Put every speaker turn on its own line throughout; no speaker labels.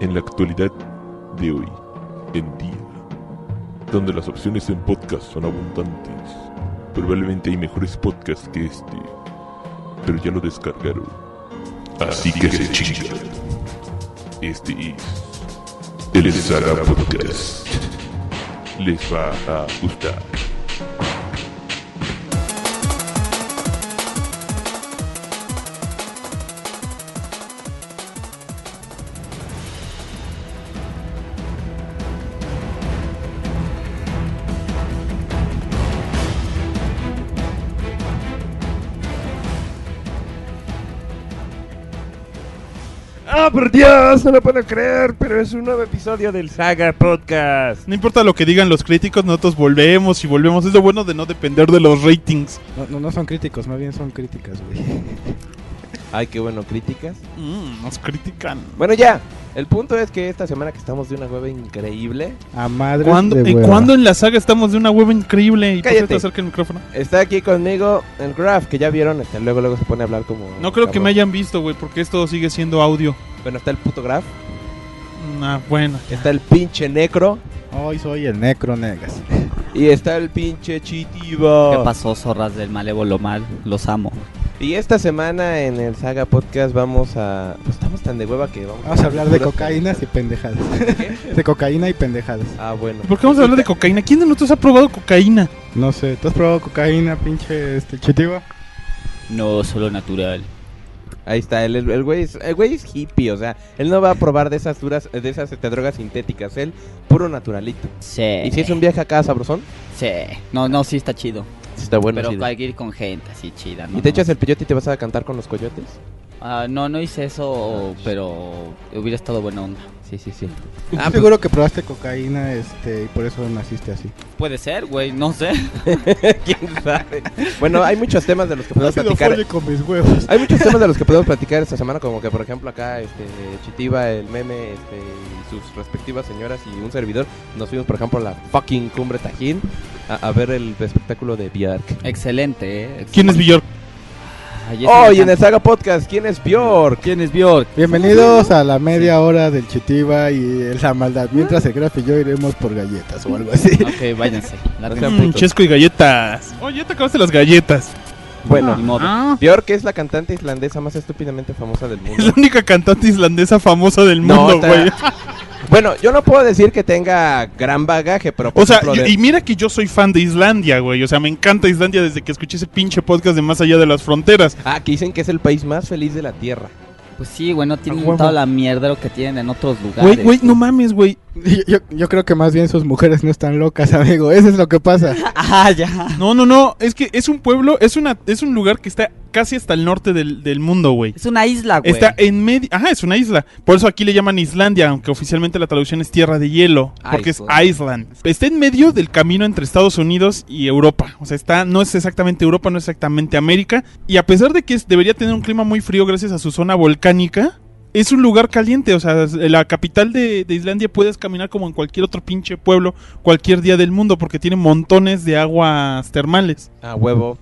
la actualidad de hoy en día, donde las opciones en podcast son abundantes. Probablemente hay mejores podcasts que este, pero ya lo descargaron. Así, que, se chingan. Este es el Sara Podcast. Les va a gustar.
¡Ah, por Dios! No lo puedo creer, pero es un nuevo episodio del Saga Podcast.
No importa lo que digan los críticos, nosotros volvemos y volvemos. Es lo bueno de no depender de los ratings.
No, no, no son críticos, más bien son críticas, güey.
Ay, qué bueno, críticas.
Mm, nos critican.
Bueno, ya. El punto es que esta semana que estamos de una hueva increíble,
A madre
¿Cuándo,
de
eh,
hueva.
cuándo en la saga estamos de una web increíble? ¿Y por qué
Cállate.
te acerca el micrófono?
está aquí conmigo el Graf, que ya vieron, este, luego luego se pone a hablar como...
No creo que
cabrón.
me hayan visto, güey, porque esto sigue siendo audio.
Bueno, está el puto Graf,
Ah, bueno.
está el pinche Necro
Hoy soy el Necro Negas.
y está el pinche Chitiba.
¿Qué pasó, zorras del malévolo mal? Los amo.
Y esta semana en el Saga Podcast vamos a... pues estamos tan de hueva que vamos
Vamos a hablar de cocaínas y pendejadas. De cocaína y pendejadas.
Ah, bueno.
¿Por qué vamos a hablar de cocaína? ¿Quién de nosotros ha probado cocaína?
No sé, ¿tú has probado cocaína, pinche este chitiba?
Ah,
No, solo natural.
Ahí está, el, el- el güey es, el güey es hippie, o sea, él no va a probar de esas duras, de esas este, drogas sintéticas, él puro naturalito.
Sí.
¿Y si es un viaje acá sabrosón?
Sí. No, no, sí está chido.
Está bueno.
pero
sí.
hay que ir con gente así chida, ¿no?
¿Y te echas el peyote y te vas a cantar con los coyotes?
Ah, no, no hice eso, pero hubiera estado buena onda. Sí, sí, sí.
Estoy
pues-
seguro que probaste cocaína este, y por eso naciste así.
Puede ser, güey, no sé.
¿Quién sabe? Bueno, hay muchos temas de los que podemos
Ácido
platicar.
fólico, mis huevos.
Hay muchos temas de los que podemos platicar esta semana, como que por ejemplo acá este Chitiba, el meme, este, y sus respectivas señoras y un servidor, nos fuimos por ejemplo a la fucking cumbre Tajín a, a ver el espectáculo de Bjork.
Excelente, ¿eh?
¿Quién es Villor?
Ay, ese
Hoy
me
en el
encanta.
Saga Podcast, ¿quién es Bjork?
¿Quién es Bjork?
Bienvenidos a la media hora del chitiba y la maldad. Mientras el Graf y yo iremos por galletas o algo así.
Ok, váyanse. lárguense.
Mm, chesco y galletas. Oye, ya te acabaste las galletas.
Ni
Bueno,
modo.
Ah,
Bjork es la cantante islandesa más estúpidamente famosa del
es
mundo.
la única cantante islandesa famosa del
No,
mundo,
está-
güey.
Bueno, yo no puedo decir que tenga gran bagaje, pero por
O sea,
ejemplo,
yo-
de-
y mira que yo soy fan de Islandia, güey. O sea, me encanta Islandia desde que escuché ese pinche podcast de Más Allá de las Fronteras.
Ah, que dicen que es el país más feliz de la Tierra.
Pues sí, güey, no tienen
A huevo.
toda la mierda lo que tienen en otros lugares.
Güey, güey, no mames, güey.
Yo, yo- yo creo que más bien sus mujeres no están locas, amigo. Eso es lo que pasa.
Ah, ya.
No, no, no. Es que es un pueblo, es una, es un lugar que está casi hasta el norte del, del mundo, güey.
Es una isla, güey.
Está en medio. Ajá, es una isla. Por eso aquí le llaman Islandia, aunque oficialmente la traducción es tierra de hielo. Porque
Iceland.
es Iceland. Está en medio del camino entre Estados Unidos y Europa. O sea, está, no es exactamente Europa, no es exactamente América. Y a pesar de que es- debería tener un clima muy frío gracias a su zona volcánica. Es un lugar caliente, o sea, es- la capital de, de Islandia puedes caminar como en cualquier otro pinche pueblo, cualquier día del mundo, porque tiene montones de aguas termales.
Ah, huevo.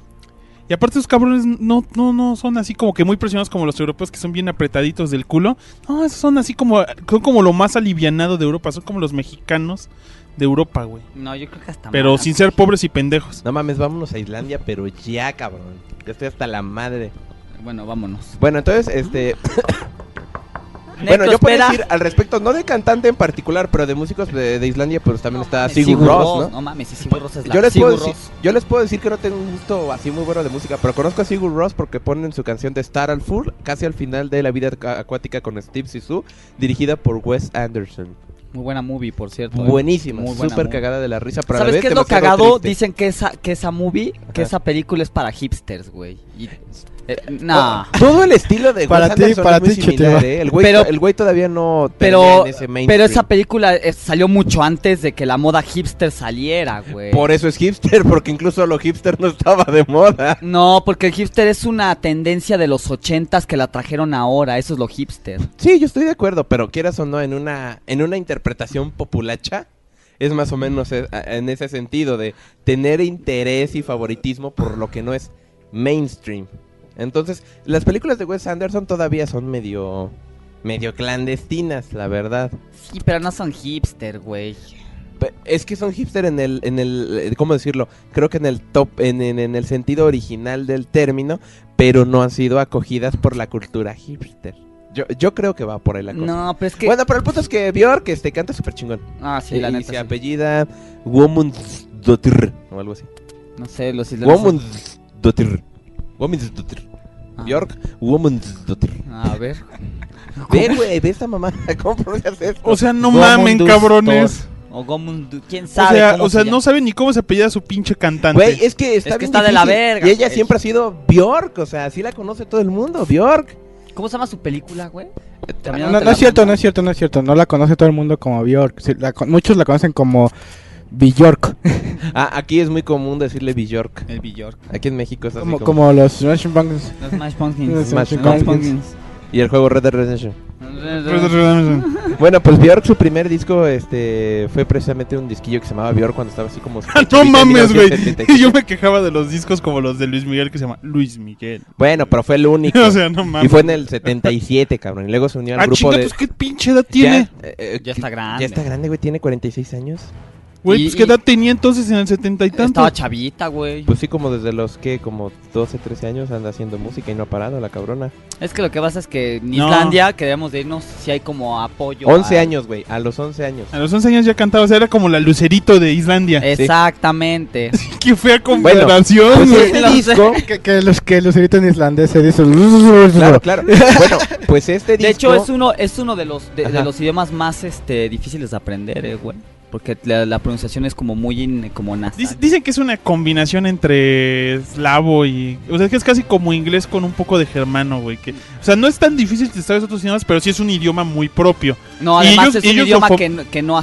Y aparte esos cabrones no, no, no son así como que muy presionados como los europeos que son bien apretaditos del culo. No, esos son así como, son como lo más alivianado de Europa, son como los mexicanos de Europa, güey.
No, yo creo que hasta
Pero
más.
sin ser pobres y pendejos.
No mames, vámonos a Islandia, pero ya, cabrón. Ya estoy hasta la madre.
Bueno, vámonos.
Bueno, entonces, este... bueno, yo puedo decir al respecto, no de cantante en particular, pero de músicos de, de Islandia, pues también está
mames,
Sigur Rós, ¿no?
No mames, si Sigur Ross es la
Yo les,
Sigur
puedo decir,
Rós.
yo les puedo decir que no tengo un gusto así muy bueno de música, pero conozco a Sigur Ross porque ponen su canción de Star al Full casi al final de La vida acu- acuática con Steve Sisu, dirigida por Wes Anderson.
Muy buena movie, por cierto. eh.
Buenísima,
Muy buena
súper
movie.
cagada de la risa. Pero a la
¿Sabes
vez
qué es lo
demasiado
cagado?
triste.
Dicen que esa, que esa movie,
Ajá.
que esa película es para hipsters, güey. Y- eh, nah.
Oh, Todo el estilo de
Para
Wes
ti,
Anderson
para
es muy
ti, Chete,
similar,
va.
¿eh? El güey,
Pero-
el güey todavía no termina
Pero,
en ese mainstream.
pero esa película eh, salió mucho antes de que la moda hipster saliera, güey.
Por eso es hipster, porque incluso lo hipster no estaba de moda.
No, porque el hipster es una tendencia de los ochentas que la trajeron ahora. Eso es lo hipster.
Sí, yo estoy de acuerdo, pero quieras o no, en una, en una interpretación populacha, es más o menos e- a- en ese sentido de tener interés y favoritismo por lo que no es mainstream. Entonces, las películas de Wes Anderson todavía son medio medio clandestinas, la verdad.
Sí, pero no son hipster, güey.
Pe- Es que son hipster en el, en el, eh, ¿cómo decirlo? Creo que en el top, en, en- en el sentido original del término, pero no han sido acogidas por la cultura hipster. Yo, yo creo que va por ahí la cosa.
No, pero es que.
Bueno, pero el punto es que Bjork este, canta súper chingón.
ah, sí, la
y
neta.
se
sí.
apellida Womundsdottir o algo así.
No sé, los isleños son-
Womundsdottir. Womundsdottir.
Ah.
Bjork, Womundsdottir.
A ver.
Ve, güey, ve esta mamá. ¿Cómo pronuncias esto?
O sea, no
Gomundur
mamen, cabrones.
O Gomundur. ¿Quién
O
sabe?
sea,
cómo
o sea
se
no
llama?
saben ni cómo se apellida su pinche cantante.
Güey, es que está
Es que
bien
está de la
difícil.
verga,
Y ella
güey.
siempre ha sido Bjork, o sea, así la conoce todo el mundo, Bjork.
¿Cómo se llama su película, güey?
No, no es cierto, no es cierto, no es cierto. No la conoce todo el mundo como Bjork. Sí, la con- muchos la conocen como Bjork.
Ah, aquí es muy común decirle Bjork.
El Bjork.
Aquí en México es así
Como,
como...
como los Smashing Pumpkins.
Los Smash Pumpkins.
Smash
Los
Pumpkins.
Pumpkins.
Y el juego Red Dead Redemption. Bueno, pues Bjork, su primer disco este fue precisamente un disquillo que se llamaba Bjork cuando estaba así como...
Ah, no mames, güey.
1977.
Y yo me quejaba de los discos como los de Luis Miguel que se llama Luis Miguel.
Bueno, pero fue el único.
o sea, no mames.
y fue en el 77, cabrón. Y luego se unió al
ah,
grupo
chinga,
de...
pues qué pinche edad tiene.
Ya, eh, eh,
Ya está grande.
Ya está grande, güey. Tiene 46 años.
Güey,
Y-
pues qué
y-
edad tenía entonces en el setenta y tanto.
Estaba chavita, güey.
Pues sí, como desde los que, como 12, 13 años anda haciendo música y no ha parado la cabrona.
Es que lo que pasa es que en
No.
Islandia, que debemos de irnos, si hay como apoyo.
11
a-
años, güey. A los 11 años.
A los 11 años ya cantaba, o sea, era como la Lucerito de Islandia.
Eh. Exactamente.
Qué fea comparación,
Pues
güey.
este
lo sé.
disco.
Que, que los que los gritan en islandés se dicen.
Claro, claro. Bueno, pues este disco.
De hecho, es uno, es uno de los de, de
Ajá.
los idiomas más este difíciles de aprender, eh, güey. Porque la, la pronunciación es como muy in- como nasal.
Dic- Dicen que es una combinación entre eslavo y... O sea, es que es casi como inglés con un poco de germano, güey. que- O sea, no es tan difícil de saber otros idiomas, pero sí es un idioma muy propio.
No,
Y
además
ellos-
es un
ellos
idioma
son fo-
que, no- que no ha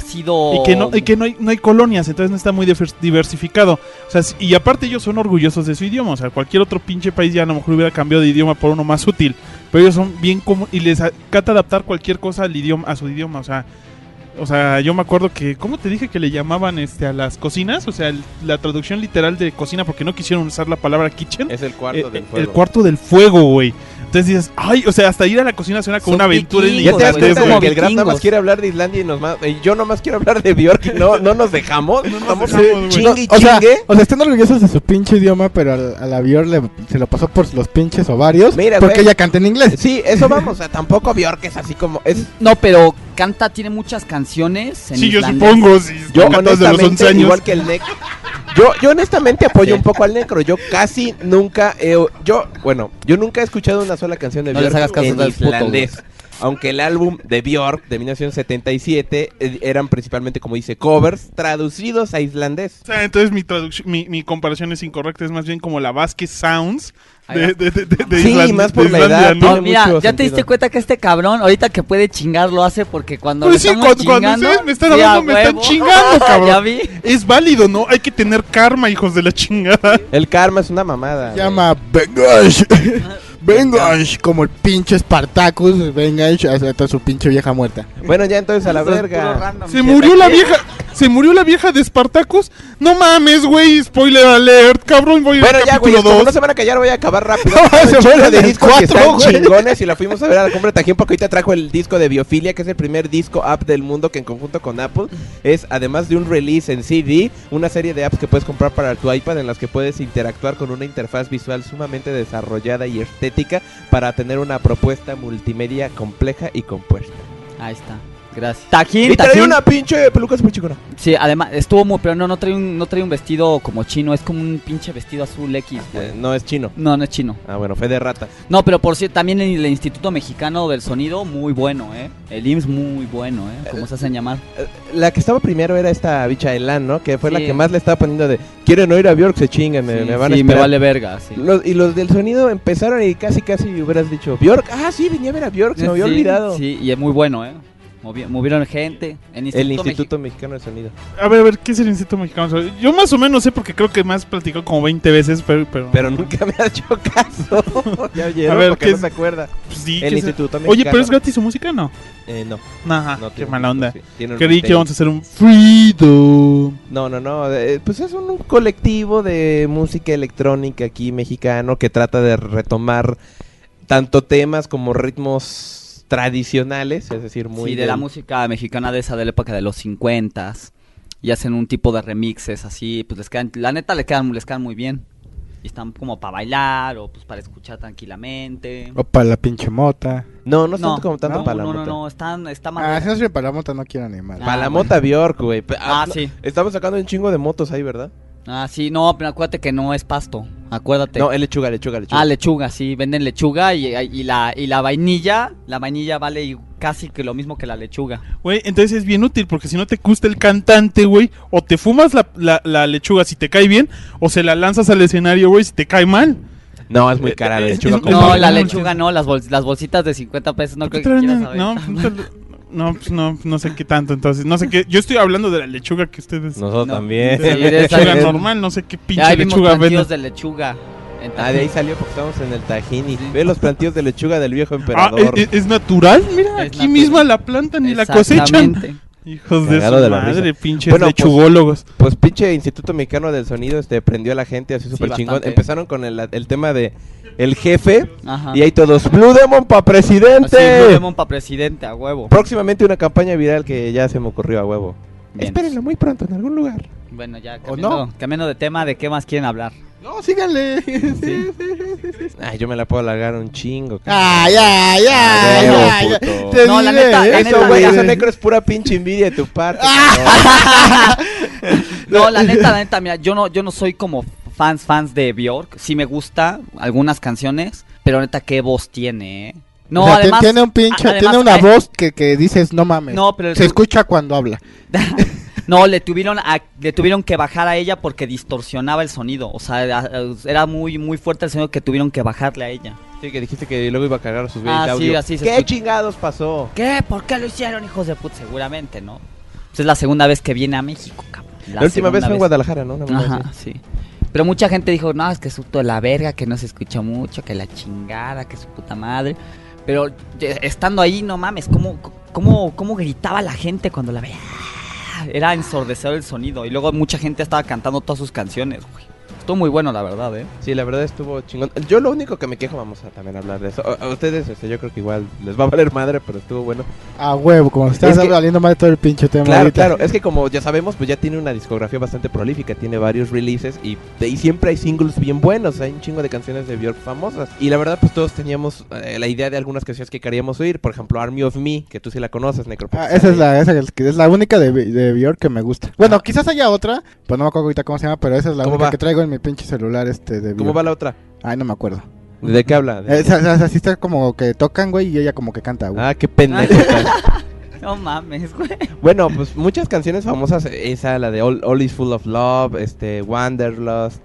Y
sido.
que, no, y que no, hay, no hay colonias, entonces no está muy difer- diversificado. O sea, s- y aparte ellos son orgullosos de su idioma. O sea, cualquier otro pinche país ya a lo mejor hubiera cambiado de idioma por uno más útil. Pero ellos son bien como... Y les a- cata adaptar cualquier cosa al idioma, a su idioma. O sea, o sea, yo me acuerdo que... ¿Cómo te dije que le llamaban este a las cocinas? O sea, el- la traducción literal de cocina porque no quisieron usar la palabra kitchen.
Es el
Eh,
cuarto del
eh,
fuego.
El cuarto del fuego, güey. Entonces dices, ay, o sea, hasta ir a la cocina suena como
Son
una aventura. en
vikingos,
Ya te das
güey,
cuenta
son como
que el Graf nada más
vikingos.
quiere hablar de Islandia y nos ma- y yo nomás quiero hablar de Bjork y no, no nos dejamos. Estamos
dejamos, güey.
chingue y
o, sea,
chingue.
o sea, están orgullosos de su pinche idioma, pero al- a la Bjork le- se lo pasó por los pinches ovarios.
Mira,
porque
güey.
ella canta en inglés.
Sí, eso vamos. O sea, tampoco Bjork es así como. Es,
No, pero canta, tiene muchas canciones. En
Sí, yo
islandés.
supongo. Si
yo
cantas de los
honestamente,
11 años.
igual que el Necro. Yo, yo honestamente apoyo un poco al Necro. Yo casi nunca he. Yo, bueno, yo nunca he escuchado una sola canción de
No
Bjork
les hagas caso
en
al puto, güey.
islandés. Aunque el álbum de Bjork de 1977 eh, eran principalmente, como dice, covers traducidos a islandés.
O sea, entonces mi, traducción- mi, mi comparación es incorrecta, es más bien como la Vasquez Sounds
Ahí va.
de, de, de, de- de
Sí,
Islandia-
más por
de
la
Islandia,
edad,
¿no?
No,
Tiene
mira,
mucho
ya te
sentido.
diste cuenta que este cabrón, ahorita que puede chingar, lo hace porque cuando
Pues
lo
sí,
estamos
cuando- cuando
chingando,
ustedes me están
sí,
hablando,
a
me están
huevo.
chingando, cabrón.
Ya vi.
Es válido, ¿no? Hay que tener karma, hijos de la chingada.
El karma es una mamada.
Se llama Vengash. Vengash. Como el pinche Spartacus. Vengash. Hasta su pinche vieja muerta.
güey. Bueno, ya entonces a la
Eso es puro
verga.
random
Se
shit
murió la
aquí.
vieja, se murió la vieja de Spartacus. No mames, güey, spoiler alert, cabrón, voy
Bueno,
al
ya, güey,
capítulo
como no
2.
se van a callar, voy a acabar rápido.
se
Un chingo
fueron
de
en
discos que
cuatro,
están
güey.
chingones y la fuimos a ver a la cumbre Tajín porque ahorita trajo el disco de Biofilia, que es el primer disco app del mundo que en conjunto con Apple es, además de un release en CD, una serie de apps que puedes comprar para tu iPad en las que puedes interactuar con una interfaz visual sumamente desarrollada y estética para tener una propuesta multimedia compleja y compuesta.
Ahí está. Gracias. Tajín,
Y trae
Tajín.
una pinche peluca super chingona.
Sí, además estuvo muy, pero no no trae un no trae un vestido como chino, es como un pinche vestido azul X, güey.
Eh, No es chino.
No, no es chino.
Ah, bueno, fe de rata.
No, pero por cierto, también el, el Instituto Mexicano del Sonido, muy bueno, ¿eh? El IMSS, muy bueno, ¿eh? Como se hacen llamar.
Eh, La que estaba primero era esta bicha Elan, ¿no? Que fue la
Sí.
que más le estaba poniendo de quieren oír a Bjork, se chingan, me,
sí,
me van a
sí, me
esperar".
vale verga, sí.
Los- y los del sonido empezaron y casi casi hubieras dicho Bjork, ah sí, venía a ver a Bjork, se me había
Sí,
olvidado.
Sí, y es muy bueno, ¿eh? Movi- movieron gente. El Instituto,
El Instituto Mexicano del Sonido.
A ver, a ver, ¿qué es el Instituto Mexicano? Yo más o menos sé porque creo que más platicó como 20 veces, pero, pero,
Pero nunca me ha hecho caso. ya oyeron,
A ver,
porque
¿qué
no
es?
se acuerda.
pues, sí,
El
que se-
Instituto Mexicano.
Oye, pero es gratis su música, ¿no?
Eh, no,
Nah,
no
qué
tiene
mala
un-
onda.
sí, tiene un
Creí que
hotel.
íbamos a hacer un Freedom.
No, no, no. eh, pues es un colectivo de música electrónica aquí mexicano que trata de retomar tanto temas como ritmos tradicionales, es decir, muy...
sí, de
del-
la música mexicana de esa de la época de los 50 y hacen un tipo de remixes así, pues les quedan, la neta les quedan, les quedan muy bien. Y están como para bailar o pues para escuchar tranquilamente.
O para la pinche mota.
No, no es tanto como tanto
no,
para la
no,
mota.
no, no, están, está
Ah,
más...
si no sirve para la mota, no quiero animar.
Ah,
Para la mota Bjork, güey. Pe-
Ah,
no-
sí.
Estamos sacando un chingo de motos ahí, ¿verdad?
Ah, sí, no, pero acuérdate que no es pasto, acuérdate.
No, es lechuga, lechuga, lechuga.
Ah, lechuga, sí, venden lechuga y, y la, y la vainilla, la vainilla vale i- casi que lo mismo que la lechuga.
Güey, entonces es bien útil porque si no te gusta el cantante, güey, o te fumas la, la- la lechuga si te cae bien, o se la lanzas al escenario, güey, si te cae mal.
No, es muy cara la
Es-
lechuga.
es-
como-
No,
no,
la
no,
lechuga no, las, bols- las bolsitas de 50 pesos no
¿Por qué
creo que
traen-
quieras saber.
no, no, pues no, no sé qué tanto, entonces, no sé qué. Yo estoy hablando de la lechuga que ustedes.
Nosotros
No.
también.
de
Sí,
la
de esa-
lechuga
de-
normal, no sé qué
Ya
pinche
vimos
lechuga venden.
plantíos de lechuga. en
Ah, de ahí
Tajín.
salió porque estamos en el Tajín y ve los plantíos de lechuga del viejo
Ah,
emperador.
¿es, es- es natural, mira,
Es
aquí
natural.
misma la plantan y la cosechan.
Exactamente.
Hijos de su
Cagado de la
madre, pinches
Bueno, pues-
lechugólogos.
Pues pinche Instituto Mexicano del Sonido este prendió a la gente así súper chingón.
bastante.
Empezaron con el, el tema de el jefe
Ajá.
y ahí todos Blue Demon pa
Así,
presidente.
Blue Demon pa' presidente, a huevo.
Próximamente una campaña viral que ya se me ocurrió a huevo.
Bien.
Espérenlo muy pronto en algún lugar.
Bueno, ya
¿O
cambiando, cambiando de tema, ¿de qué más quieren hablar?
No, síganle.
Sí.
Ay, yo me la puedo alargar un chingo.
Ay, ay, ay,
Ah, Huevo, pues.
ay,
puto.
Te
No, la
diré,
neta, la
Eso,
neta,
güey,
la
eso
neta.
necro es pura pinche envidia de tu parte.
No, la neta, la neta, mira, yo no, yo no soy como fans, fans de Bjork. Sí me gusta algunas canciones, pero neta, qué voz tiene, ¿eh? No,
O sea, te-
además...
tiene un pinche,
a- además,
tiene una
eh,
voz que, que dices, no mames.
No, pero...
se escucha cuando habla.
no, le tuvieron, a- le tuvieron que bajar a ella porque distorsionaba el sonido. O sea, era, era muy, muy fuerte el sonido que tuvieron que bajarle a ella.
Sí, que dijiste que luego iba a cargar sus
Ah,
videos de
sí,
audio.
así se
¿Qué
escucha.
chingados pasó?
¿Qué? ¿Por qué lo hicieron, hijos de puta? Seguramente, ¿no? Pues es la segunda vez que viene a México, cabrón.
La, última vez
segunda
fue en Guadalajara, ¿no? Una mamá
Ajá,
así.
sí. Pero mucha gente dijo, no, es que es susto de la verga, que no se escucha mucho, que la chingada, que su puta madre. Pero eh, estando ahí, no mames, ¿cómo, cómo, cómo gritaba la gente cuando la veía? Era ensordecedor el sonido. Y luego mucha gente estaba cantando todas sus canciones, güey. Estuvo muy bueno, la verdad, ¿eh?
Sí, la verdad estuvo chingón. Yo lo único que me quejo, vamos a también hablar de eso. A a ustedes, este, yo creo que igual les va a valer madre, pero estuvo bueno.
A huevo, como estás
Es que-
saliendo mal todo el pinche tema.
Claro,
ahorita.
claro. Es que como ya sabemos, pues ya tiene una discografía bastante prolífica. Tiene varios releases y, y siempre hay singles bien buenos. Hay un chingo de canciones de Björk famosas. Y la verdad, pues todos teníamos eh, la idea de algunas canciones que queríamos oír. Por ejemplo, Army of Me, que tú sí la conoces, Necro.
Ah, esa es la, esa es es la única de, Bi- de Björk que me gusta. Bueno, quizás haya otra, pero no me acuerdo ahorita cómo se llama, pero esa es la
Ah. ¿Cómo
única
va?
que traigo en mi pinche celular este de
¿Cómo
Björk.
va la otra?
Ay, no me acuerdo.
¿De qué habla? De-
Esa, esa- esa sí está como que tocan, güey, y ella como que canta, güey.
Ah, qué pendejo.
No mames, güey.
Bueno, pues muchas canciones famosas, esa, la de All, All is Full of Love, este, Wanderlust.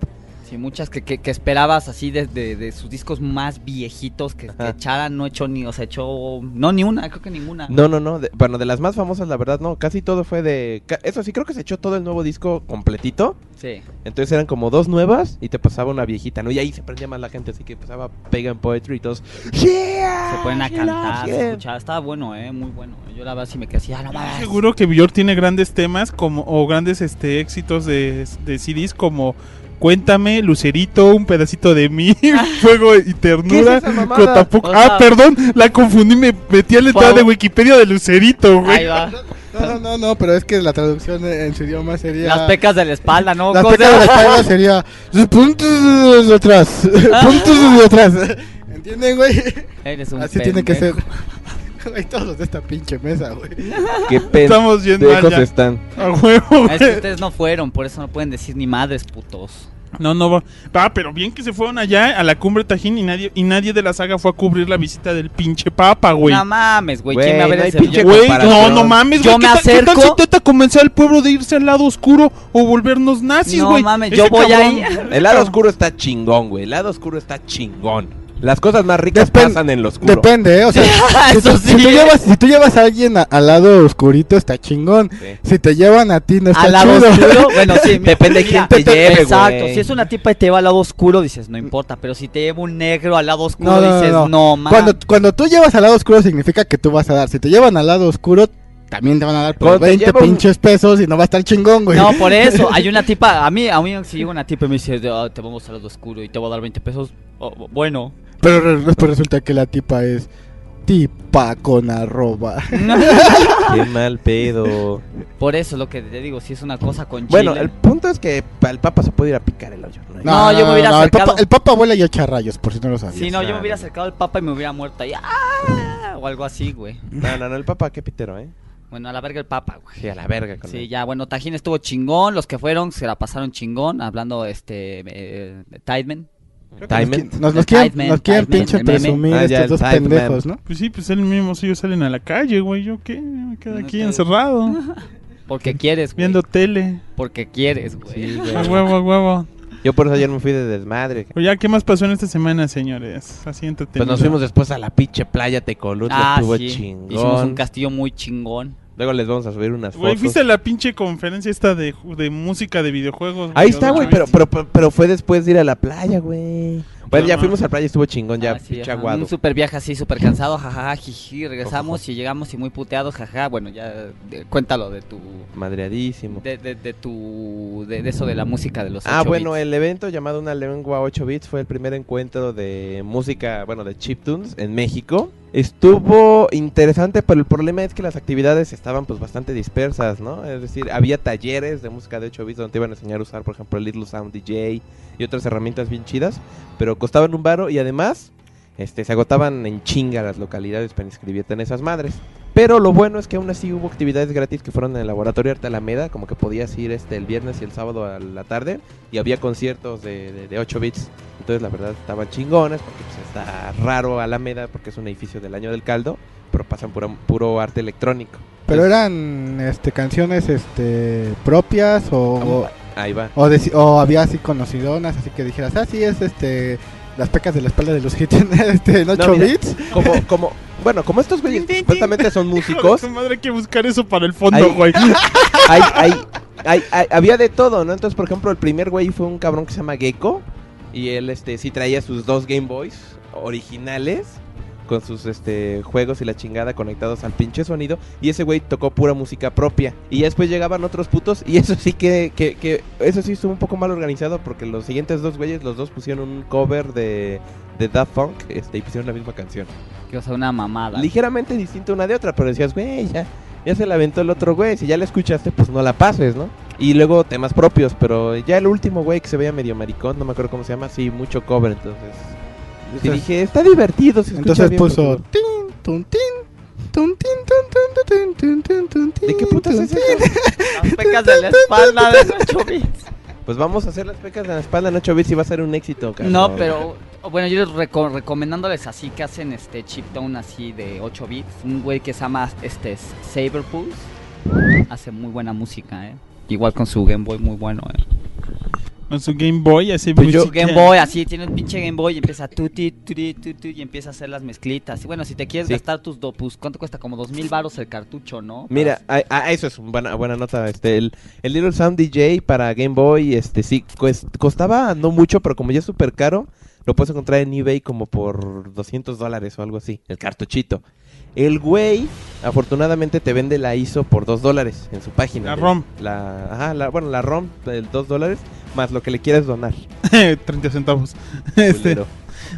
Sí, muchas que, que, que esperabas así desde de sus discos más viejitos que, que
Ajá.
echaran, no echó ni, o sea, echó, no, ni una, creo que ninguna.
No, no, no, de- bueno, de las más famosas, la verdad, no, casi todo fue de... ca- Eso sí, creo que se echó todo el nuevo disco completito,
Sí.
entonces eran como dos nuevas y te pasaba una viejita, ¿no? Y ahí se prendía más la gente, así que pasaba Pega en Poetry y todos... "Yeah,
Se ponen a
she
cantar,
loves
se
him".
escuchaba. Estaba bueno, eh, muy bueno. Yo la verdad sí me quedé así, ah, no mames.
Seguro que Björk tiene grandes temas como o grandes este éxitos de, de CDs como Cuéntame, Lucerito, un pedacito de mí, Fuego y
¿Qué es
ternura.
esa mamada?
Cotapuc-
O sea-
ah, perdón, la confundí, me metí a la entrada
Fue-
de Wikipedia de Lucerito,
Ahí
güey.
va.
No, no, no, no, pero es que la traducción en su idioma sería...
Las pecas de la espalda, ¿no?
Las
Cosa-
pecas de la espalda sería... "Sus Puntos de atrás.
Ah.
Puntos de atrás. ¿Entienden, güey?
Eres un
Así tiene que ser.
pendejo.
Güey, todos los de esta pinche mesa, güey.
Qué
Estamos yendo
pendejos
allá.
están.
A huevo,
Ah, Es que
güey.
ustedes no fueron, por eso no pueden decir ni madres, putos.
No, no va. Va, pero bien que se fueron allá a la cumbre Tajín y nadie, y nadie de la saga fue a cubrir la visita del pinche papa, güey.
No mames, güey.
Güey,
¿Quién me abre
no hay
el celular?
pinche
Güey, no,
comparación.
no mames,
Yo
güey. ¿Qué,
me
tal- qué tal
acerco-
si trata convencer al pueblo de irse al lado oscuro o volvernos nazis,
No
güey?
mames,
Ese
yo voy
cabrón-
ahí.
El lado oscuro está chingón, güey, el lado oscuro está chingón. Las cosas más ricas
Depen-
pasan en lo oscuro.
Depende, ¿eh? O sea, si,
Ah, Eso
tú, si
sí.
tú llevas, si tú llevas a alguien a- al lado oscurito, está chingón.
Sí.
Si te llevan a ti, no está
Al lado
chido.
oscuro, bueno, sí. mira,
Depende de
mira,
quién te lleve,
Exacto.
güey.
Si es una tipa y te lleva al lado oscuro, dices, no importa. Pero si te lleva un negro al lado oscuro,
No, no, no,
Mm. dices, no,
no.
mames.
Cuando, cuando tú llevas al lado oscuro, significa que tú vas a dar. Si te llevan al lado oscuro, también te van a dar por
Cuando te
20
lleva un-
pinches pesos y no va a estar chingón, güey.
No, por eso. Hay una tipa, a mí, a mí si llega una tipa y me dice, "Ah, te vamos al lado oscuro y te voy a dar 20 pesos. oh, bueno,
Pero re- re- pues resulta que la tipa es tipacón arroba.
Qué mal pedo.
Por eso lo que te digo, si es una cosa con chile.
Bueno, el punto es que pa- el papa se puede ir a picar el hoyo. ¿no?
No, yo me hubiera
el,
acercado.
papa, el papa vuela y echa rayos, por si no lo sabías.
Sí, no, yo me
Ah,
hubiera
no.
acercado al papa y me hubiera muerto ahí. ¡Ah! O algo así, güey.
no, no, no, el papa, qué pitero, ¿eh?
Bueno, a la verga el papa, güey.
Sí, a la verga con
Sí,
él.
ya, bueno, Tajín estuvo chingón, los que fueron se la pasaron chingón, hablando, este, eh, Tideman.
Nos,
Timen.
qui- nos, nos
El
quieren,
Tideman,
nos quieren
Tideman,
pinche
el meme.
presumir
Ah, ya, el
estos dos
Tideman.
pendejos, ¿no?
Pues sí, pues él mismo, si ellos salen a la calle, güey. ¿Yo qué? Me quedo
No
aquí
te-
encerrado,
Porque quieres, güey.
viendo tele.
Porque quieres, güey.
Sí,
A
güey.
huevo, a huevo.
Yo por eso ayer me fui de desmadre.
Oye, ¿qué más pasó en esta semana, señores? Así entretenido.
Pues nos fuimos después a la pinche playa Tecolutla,
Ah,
estuvo
sí.
chingón.
Hicimos un castillo muy chingón.
Luego les vamos a subir unas
Güey,
fotos.
fuiste a la pinche conferencia esta de, ju- de música de videojuegos.
Ahí está, güey,
No
pero,
mames.
pero, pero- pero fue después de ir a la playa, güey. Bueno,
No
ya
mames.
fuimos a la playa, estuvo chingón, ya
Ah, sí,
pinche
ajá,
aguado.
Un super viaje así, súper cansado, jajaja, jiji. Regresamos y llegamos y muy puteados, jajaja. Bueno, ya, eh, cuéntalo de tu...
Madreadísimo.
De, de, de tu... De, de eso de la música de los
Ah,
8
bueno,
bits.
el evento llamado Una Lengua 8 Bits fue el primer encuentro de música, bueno, de chiptunes en México. Estuvo interesante, pero el problema es que las actividades estaban pues bastante dispersas, ¿no? Es decir, había talleres de música de 8 bits donde te iban a enseñar a usar, por ejemplo, el Little Sound DJ y otras herramientas bien chidas, pero costaban un varo y además este, se agotaban en chinga las localidades para inscribirte en esas madres. Pero lo bueno es que aún así hubo actividades gratis que fueron en el laboratorio Arte Alameda, como que podías ir este el viernes y el sábado a la tarde, y había conciertos de, de, de 8 bits. Entonces la verdad estaban chingones, porque pues, está raro Alameda, porque es un edificio del año del caldo, pero pasan puro, puro arte electrónico.
Pero
Entonces,
eran este, canciones este, propias o,
Ahí va.
o, deci- o había así conocidonas, así que dijeras, ah, sí, es este, las pecas de la espalda de los hits en, este, en 8
mira.
bits.
Como, como, bueno, como estos güeyes
Tin, tin, tin.
supuestamente son
Hijo de
músicos,
su madre, hay que buscar eso para el fondo,
Ahí.
güey.
hay, hay, hay- hay- había de todo, ¿no? Entonces, por ejemplo, el primer güey fue un cabrón que se llama Gecko. Y él este sí traía sus dos Game Boys originales. Con sus este juegos y la chingada conectados al pinche sonido. Y ese güey tocó pura música propia. Y ya después llegaban otros putos. Y eso sí que, que, que- Eso sí estuvo un poco mal organizado. Porque los siguientes dos güeyes, los dos pusieron un cover de, de Daft Punk. Este, y pusieron la misma canción
Que, o sea, una mamada.
ligeramente distinta una de otra, pero decías, güey, ya, ya se la aventó el otro güey, si ya la escuchaste, pues no la pases, ¿no? Y luego temas propios, pero ya el último güey que se veía medio maricón, no me acuerdo cómo se llama, sí, mucho cover, entonces... Y
Entonces-
dije, está divertido, se escucha
Entonces
bien,
puso,
pero-
tin, tun, tin, tun, tin, tun, tun, tun, tun, tun, tun, tin,
¿De qué putas
tun,
es
tin".
eso?
Las pecas de la espalda de los 8 bits.
Pues vamos a hacer las pecas de la espalda en 8 bits y va a ser un éxito, cabrón.
No, pero o- bueno, yo reco- recomendándoles así que hacen este chiptone así de 8 bits, un güey que se llama este S- Saberpulse hace muy buena música, eh. Igual con su Game Boy muy bueno, eh.
Con su Game Boy, así.
Pues yo-
Su Game Boy así tiene un pinche Game Boy y empieza a tuti tuti tuti y empieza a hacer las mezclitas. Y bueno, si te quieres
Sí.
gastar tus dopus, ¿cuánto cuesta? Como dos mil varos el cartucho, ¿no?
Mira, a, a- eso es una buena, buena nota. Este, el, el Little Sound DJ para Game Boy, este sí, cues- costaba no mucho, pero como ya es súper caro, lo puedes encontrar en eBay como por 200 dólares o algo así, el cartuchito. El güey, afortunadamente, te vende la ISO por 2 dólares en su página.
La ROM.
La, ajá, la- bueno, la ROM, el 2 dólares, más lo que le quieres donar.
30 centavos. Este,
culero.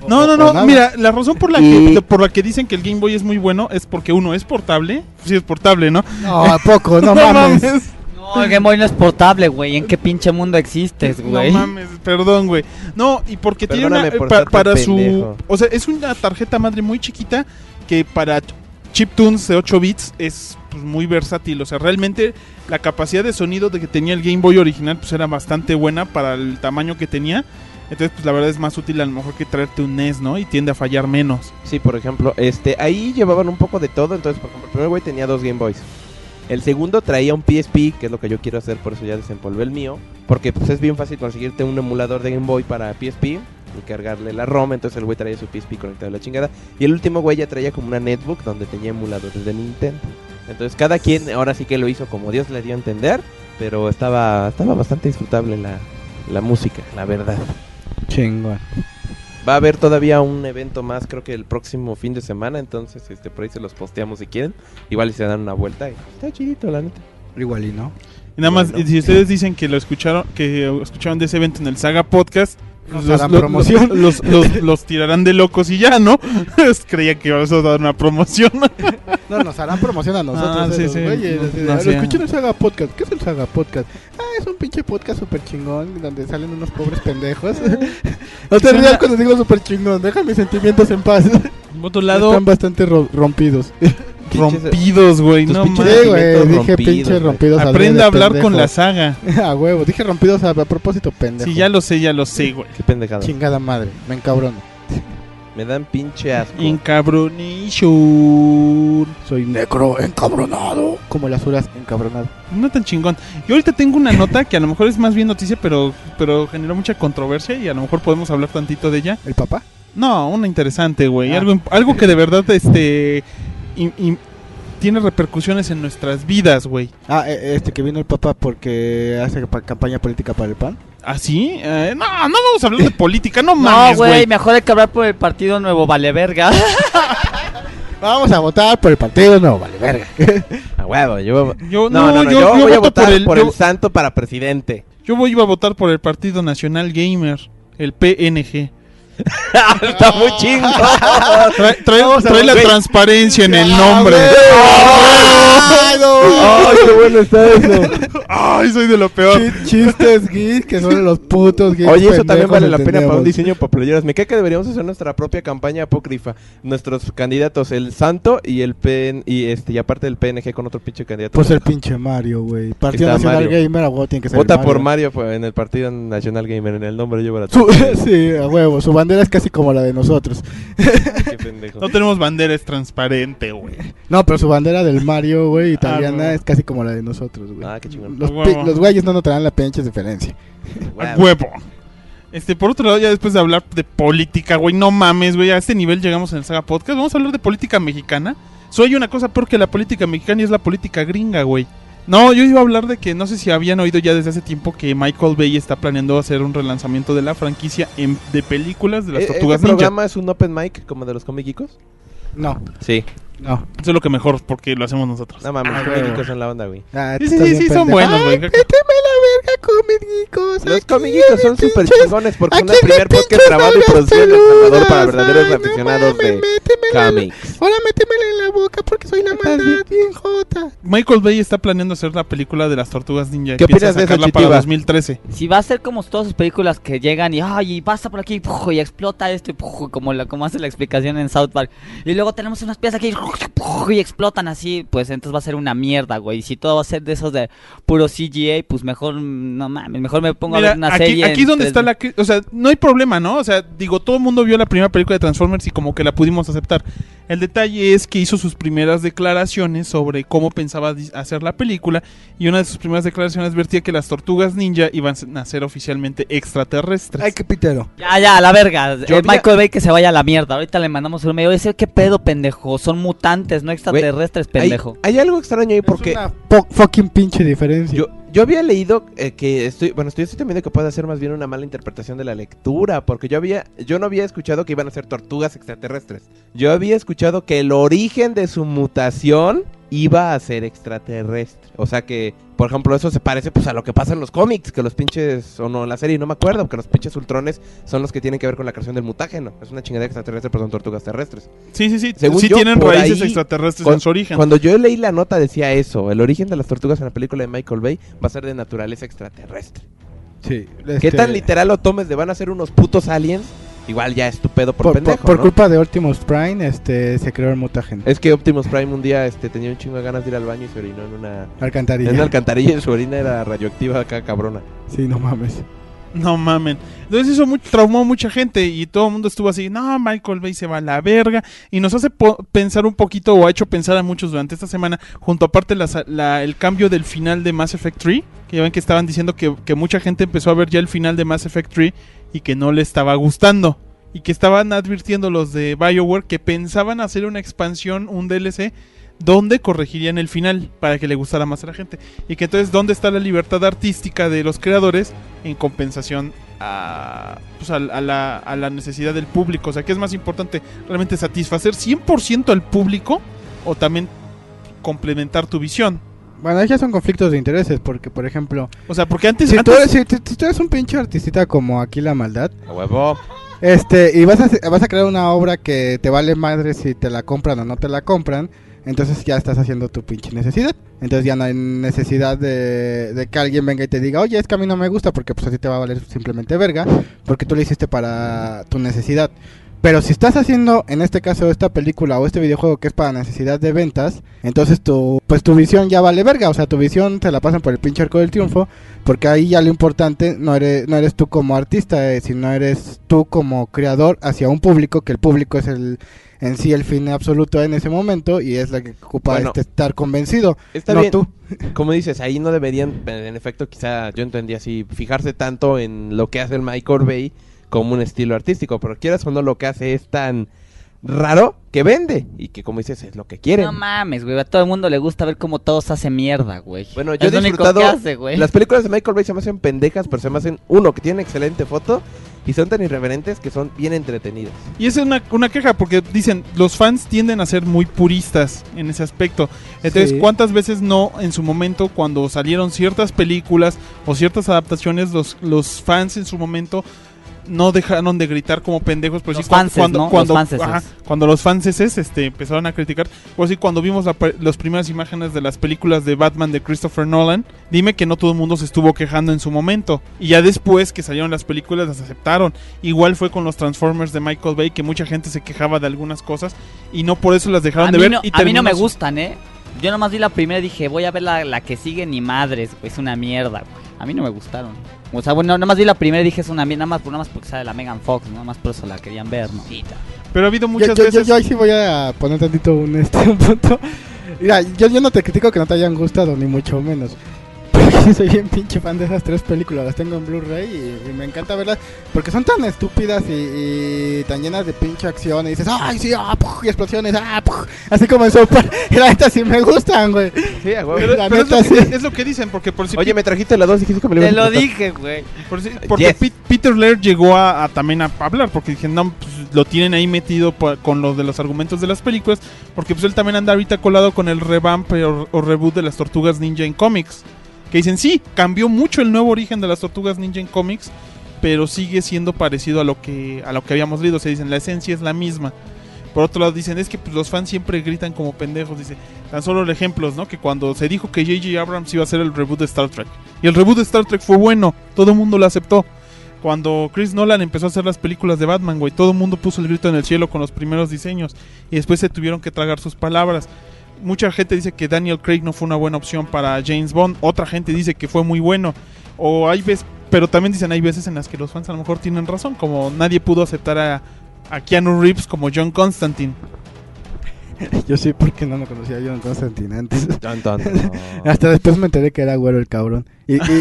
No, no,
o
no.
nada.
Mira, la razón por la,
Y-
que, por la que dicen que el Game Boy es muy bueno es porque uno es portable. Sí, es portable, ¿no?
No, ¿a poco? Pues No mames.
No, el Game Boy no es portable, güey. ¿En qué pinche mundo existes, güey?
No mames, perdón, güey. No, y porque tiene una. eh,
Perdóname por
pa-
ser tan
para su.
pendejo.
O sea, es una tarjeta madre muy chiquita que para ch- chiptunes de 8 bits es pues, muy versátil. O sea, realmente la capacidad de sonido de que tenía el Game Boy original pues era bastante buena para el tamaño que tenía. Entonces, pues la verdad es más útil a lo mejor que traerte un NES, ¿no? Y tiende a fallar menos.
Sí, por ejemplo, este, ahí llevaban un poco de todo, entonces, por ejemplo, el primer güey tenía dos Game Boys. El segundo traía un PSP, que es lo que yo quiero hacer, por eso ya desempolvé el mío, porque pues es bien fácil conseguirte un emulador de Game Boy para PSP y cargarle la ROM, entonces el güey traía su PSP conectado a la chingada. Y el último güey ya traía como una netbook donde tenía emuladores de Nintendo. Entonces cada quien ahora sí que lo hizo como Dios le dio a entender, pero estaba, estaba bastante disfrutable la, la música, la verdad.
Chingón.
Va a haber todavía un evento más, creo que el próximo fin de semana, entonces este por ahí se los posteamos si quieren. Igual y se dan una vuelta. y Está chidito, la neta.
Igual y no.
Y nada más,
Bueno.
y si ustedes dicen que lo escucharon, que escucharon de ese evento en el Saga Podcast,
Nos harán promoción.
Los, los- los tirarán de locos y ya, ¿no? Creía que ibas a dar una promoción.
No, nos harán promoción a nosotros.
Ah,
eh,
sí,
los
sí.
güeyes,
No,
así de,
no,
"Ah,
sí,
lo
ah.
escuché en el Saga Podcast. ¿Qué es el Saga Podcast? Ah, es un pinche podcast súper chingón donde salen unos pobres pendejos. no te rías cuando digo súper chingón. Deja mis sentimientos en paz.
Por otro lado,
Están bastante ro- rompidos. eh,
eh,
rompidos, güey.
Tus
No
pinches-
mames.
Sí, güey.
sentimientos
Dije
rompidos,
pinche
güey.
rompidos. al
Aprende a
día de
hablar con la
pendejo.
saga.
A huevo. Dije rompidos a, a propósito, pendejo.
Sí, ya lo sé, ya lo sé, güey.
Qué pendejada.
Chingada madre. Me encabrono.
Me dan pinche asco.
Encabronation.
Soy negro encabronado. Como las uras encabronado.
No tan chingón. Yo ahorita tengo una nota que a lo mejor es más bien noticia, pero, pero generó mucha controversia y a lo mejor podemos hablar tantito de ella.
¿El papá?
No, una interesante, güey.
Ah.
Algo, imp- algo que de verdad este, im- im- tiene repercusiones en nuestras vidas, güey.
Ah, eh, este que vino el papá porque hace pa- campaña política para el pan.
¿Así? Eh, no, no vamos a hablar de política, no
No,
mames,
güey,
güey.
mejor hay que hablar por el partido nuevo, vale verga.
Vamos a votar por el partido no, vale, verga.
A huevo, yo.
Yo,
No, no, no, yo,
yo
voy a
voto
votar
por el, yo-
santo para presidente.
yo voy- iba a votar por el Partido Nacional Gamer, el PNG.
Está muy chingo.
Trae, trae- trae la
güey.
transparencia en el nombre.
¡Ay, qué bueno está eso!
Ay, soy de lo peor.
Chi- Chistes geeks que son los putos geeks.
Oye, eso también
pendejos,
vale la pena para
entendemos.
un diseño para playeras. Me cae que deberíamos hacer nuestra propia campaña apócrifa. Nuestros candidatos, el Santo y el PN, y este, y aparte del PNG con otro pinche candidato.
Por ser pinche Mario, güey. Partido
Está
Nacional
Mario.
Gamer, a huevo tiene Pues que ser.
Vota por Mario pues, en el Partido Nacional Gamer, en el nombre yo para
Su- sí, a huevo. Su bandera es casi como la de nosotros.
Qué pendejo.
No tenemos bandera, es transparente, güey.
No, pero su bandera del Mario, güey, italiana,
Ah, no.
es casi como la de nosotros, güey.
Ah, qué chingón.
Los,
A huevo.
pi- los güeyes no notarán la pinche diferencia.
A huevo. Este, por otro lado, ya después de hablar de política, güey, no mames, güey, a este nivel llegamos en el Saga Podcast. Vamos a hablar de política mexicana. Soy una cosa peor que la política mexicana y es la política gringa, güey. No, yo iba a hablar de que no sé si habían oído ya desde hace tiempo que Michael Bay está planeando hacer un relanzamiento de la franquicia en- de películas de las
Eh,
¿E-
Tortugas
¿Este
Ninja.
programa es un open mic como de los comiquicos?
No,
Sí.
no.
Eso es lo que mejor, porque lo hacemos nosotros.
No mames,
Ah,
los
güey.
comiquicos son la onda, güey.
Ah,
Sí,
tú
sí,
estás
sí,
bien
sí, son
pendejo. Ah,
buenos, güey.
Ay, méteme la verga, comedicos.
Los comiquicos son súper chingones porque
Aquí
son el primer podcast grabado y producido en El Salvador para verdaderos aficionados de cómics.
Ahora métemela en la boca porque soy la
Estás
maldad bien jota.
Michael Bay está planeando hacer la película de las Tortugas Ninja. y
¿Qué
piensa
opinas de eso,
sacarla para
Chitiba?
2013.
Si va a ser como todas sus películas que llegan y ay y pasa por aquí y, puf, y explota esto y, puf, como la como hace la explicación en South Park y luego tenemos unas piezas aquí y, puf, y explotan así pues entonces va a ser una mierda güey y si todo va a ser de esos de puro CGA pues mejor mm, no mames mejor me pongo a
Mira,
ver una
aquí,
serie
aquí es donde
en
está
3D.
la... cri- O sea, no hay problema, ¿no? O sea, digo, todo el mundo vio la primera película de Transformers y como que la pudimos aceptar. El detalle es que hizo sus primeras declaraciones sobre cómo pensaba dis- hacer la película y una de sus primeras declaraciones vertía que las tortugas ninja iban a ser oficialmente extraterrestres.
Ay, qué pitero.
ya ya a la verga
Yo
Eh,
vi-
Michael Bay que se vaya a la mierda ahorita le mandamos un medio ese qué pedo pendejo son mutantes no extraterrestres
Hay,
pendejo
hay algo extraño ahí porque
Es una po- fucking pinche diferencia.
yo, yo había leído eh, que estoy, bueno, estoy, estoy temiendo que pueda ser más bien una mala interpretación de la lectura, porque yo había, yo no había escuchado que iban a ser tortugas extraterrestres. Yo había escuchado que el origen de su mutación iba a ser extraterrestre. O sea que, por ejemplo, eso se parece pues a lo que pasa en los cómics, que los pinches, o no, en la serie, no me acuerdo, que los pinches ultrones son los que tienen que ver con la creación del mutágeno. Es una chingadera extraterrestre, pero son tortugas terrestres.
Sí, sí, sí.
Según
sí
yo,
tienen
por
raíces
ahí,
extraterrestres
cu-
en su origen.
Cuando yo leí la nota decía eso, el origen de las tortugas en la película de Michael Bay va a ser de naturaleza extraterrestre.
Sí,
¿Qué
este,
tan literal lo tomes de van a ser unos putos aliens? Igual ya estupendo por,
Por, por-
pendejo,
por
¿no?
culpa de Optimus Prime, este, se creó el mutagen.
Es que Optimus Prime un día este, tenía un chingo de ganas de ir al baño y se orinó en una, en
Alcantarilla.
una alcantarilla y su orina era radioactiva acá cabrona.
Sí, no mames.
No mamen. Entonces eso mu- traumó a mucha gente y todo el mundo estuvo así, no, Michael Bay se va a la verga. Y nos hace po- pensar un poquito, o ha hecho pensar a muchos durante esta semana, junto aparte la sa- la- el cambio del final de Mass Effect 3, que ya ven que estaban diciendo que, que mucha gente empezó a ver ya el final de Mass Effect 3 y que no le estaba gustando. Y que estaban advirtiendo los de Bioware que pensaban hacer una expansión, un DLC, donde corregirían el final para que le gustara más a la gente. Y que entonces, ¿dónde está la libertad artística de los creadores en compensación a, pues, a, a la, a la necesidad del público. O sea, ¿qué es más importante? ¿Realmente satisfacer 100% al público o también complementar tu visión?
Bueno, ahí ya son conflictos de intereses, porque, por ejemplo,
O sea, porque antes.
si tú,
antes-
eres, si, si- si tú eres un pinche artista como aquí la maldad,
A huevo.
este, y vas a, hacer- vas a crear una obra que te vale madre si te la compran o no te la compran, entonces ya estás haciendo tu pinche necesidad. Entonces ya no hay necesidad de, de que alguien venga y te diga, oye, es que a mí no me gusta, porque pues a ti te va a valer simplemente verga, porque tú lo hiciste para tu necesidad. Pero si estás haciendo, en este caso, esta película o este videojuego que es para necesidad de ventas, entonces tu, pues tu visión ya vale verga. O sea, tu visión te la pasan por el pinche arco del triunfo, porque ahí ya lo importante no eres, no eres tú como artista, eh, sino eres tú como creador hacia un público, que el público es el en sí el fin absoluto en ese momento y es la que ocupa
Bueno.
este estar convencido,
Está
no
bien.
tú.
Como dices, ahí no deberían, en en efecto, quizá yo entendía así, fijarse tanto en lo que hace el Mike Orbey como un estilo artístico, pero quieras o no, lo que hace es tan raro que vende y que, como dices, es lo que quieren.
No mames, güey. A todo el mundo le gusta ver cómo todos hacen mierda, güey.
Bueno, yo
Es
he
lo único
disfrutado.
que hace, güey.
Las películas de Michael Bay se me hacen pendejas, pero se me hacen uno que tiene excelente foto y son tan irreverentes que son bien entretenidas.
Y esa es una, una queja, porque dicen, los fans tienden a ser muy puristas en ese aspecto. Entonces,
Sí.
¿cuántas veces no en su momento, cuando salieron ciertas películas o ciertas adaptaciones, los, los fans en su momento no dejaron de gritar como pendejos? Por
Los
cu-
fanses,
cuando,
¿no? Los
cuando,
fanses.
ajá, cuando los fanses este, empezaron a criticar, por así cuando vimos la pre- las primeras imágenes de las películas de Batman de Christopher Nolan, dime que no todo el mundo se estuvo quejando en su momento. Y ya después que salieron las películas las aceptaron. Igual fue con los Transformers de Michael Bay, que mucha gente se quejaba de algunas cosas y no por eso las dejaron
a
de
mí
ver.
no,
y
a mí no
terminó
me
su-
gustan, ¿eh? Yo nomás vi la primera y dije, voy a ver la, la que sigue ni madres, güey. Es una mierda, güey. A mí no me gustaron. O sea, bueno, nomás vi la primera y dije, es una mierda. Nada más, nada más porque sale la Megan Fox, ¿no? nada más por eso la querían ver, ¿no?
Pero ha habido muchas
yo, yo-
veces.
yo ahí sí voy a poner tantito un, este, un punto. Mira, yo, yo no te critico que no te hayan gustado, ni mucho menos. Pero sí soy bien pinche fan de esas tres películas. Las tengo en Blu-ray y, y me encanta verlas. Porque son tan estúpidas y, y tan llenas de pinche acción. Y dices, ¡ay, sí! ¡Ah, puf", y explosiones! ¡Ah, puf". Así como en Sopar. Y la neta sí me gustan, güey.
Sí, a huevo.
Pero-
la
pero es,
neta,
lo que,
sí.
es lo que dicen, porque por si
Oye, me trajiste la dos y dijiste que me lo
Te
ibas a
lo
prestar.
dije, güey.
Por si- porque
Yes.
Pit- Peter Laird llegó a, a también a hablar, porque dije, no, pues, lo tienen ahí metido pa- con los de los argumentos de las películas, porque pues él también anda ahorita colado con el revamp o, o reboot de las tortugas ninja en cómics. Que dicen, sí, cambió mucho el nuevo origen de las tortugas ninja en cómics, pero sigue siendo parecido a lo que, a lo que habíamos leído. O sea, dicen, la esencia es la misma. Por otro lado, dicen, es que pues, los fans siempre gritan como pendejos. Dice, tan solo los ejemplos, ¿no? Que cuando se dijo que J.J. Abrams iba a hacer el reboot de Star Trek. Y el reboot de Star Trek fue bueno, todo el mundo lo aceptó. Cuando Chris Nolan empezó a hacer las películas de Batman, güey, todo el mundo puso el grito en el cielo con los primeros diseños. Y después se tuvieron que tragar sus palabras. Mucha gente dice que Daniel Craig no fue una buena opción para James Bond. Otra gente dice que fue muy bueno. O hay veces, pero también dicen hay veces en las que los fans a lo mejor tienen razón. Como nadie pudo aceptar a, a Keanu Reeves como John Constantine.
Yo sí, porque no me conocía yo en Constantine antes.
Tan, tan, tan.
Hasta después me enteré que era güero el cabrón. Y, y-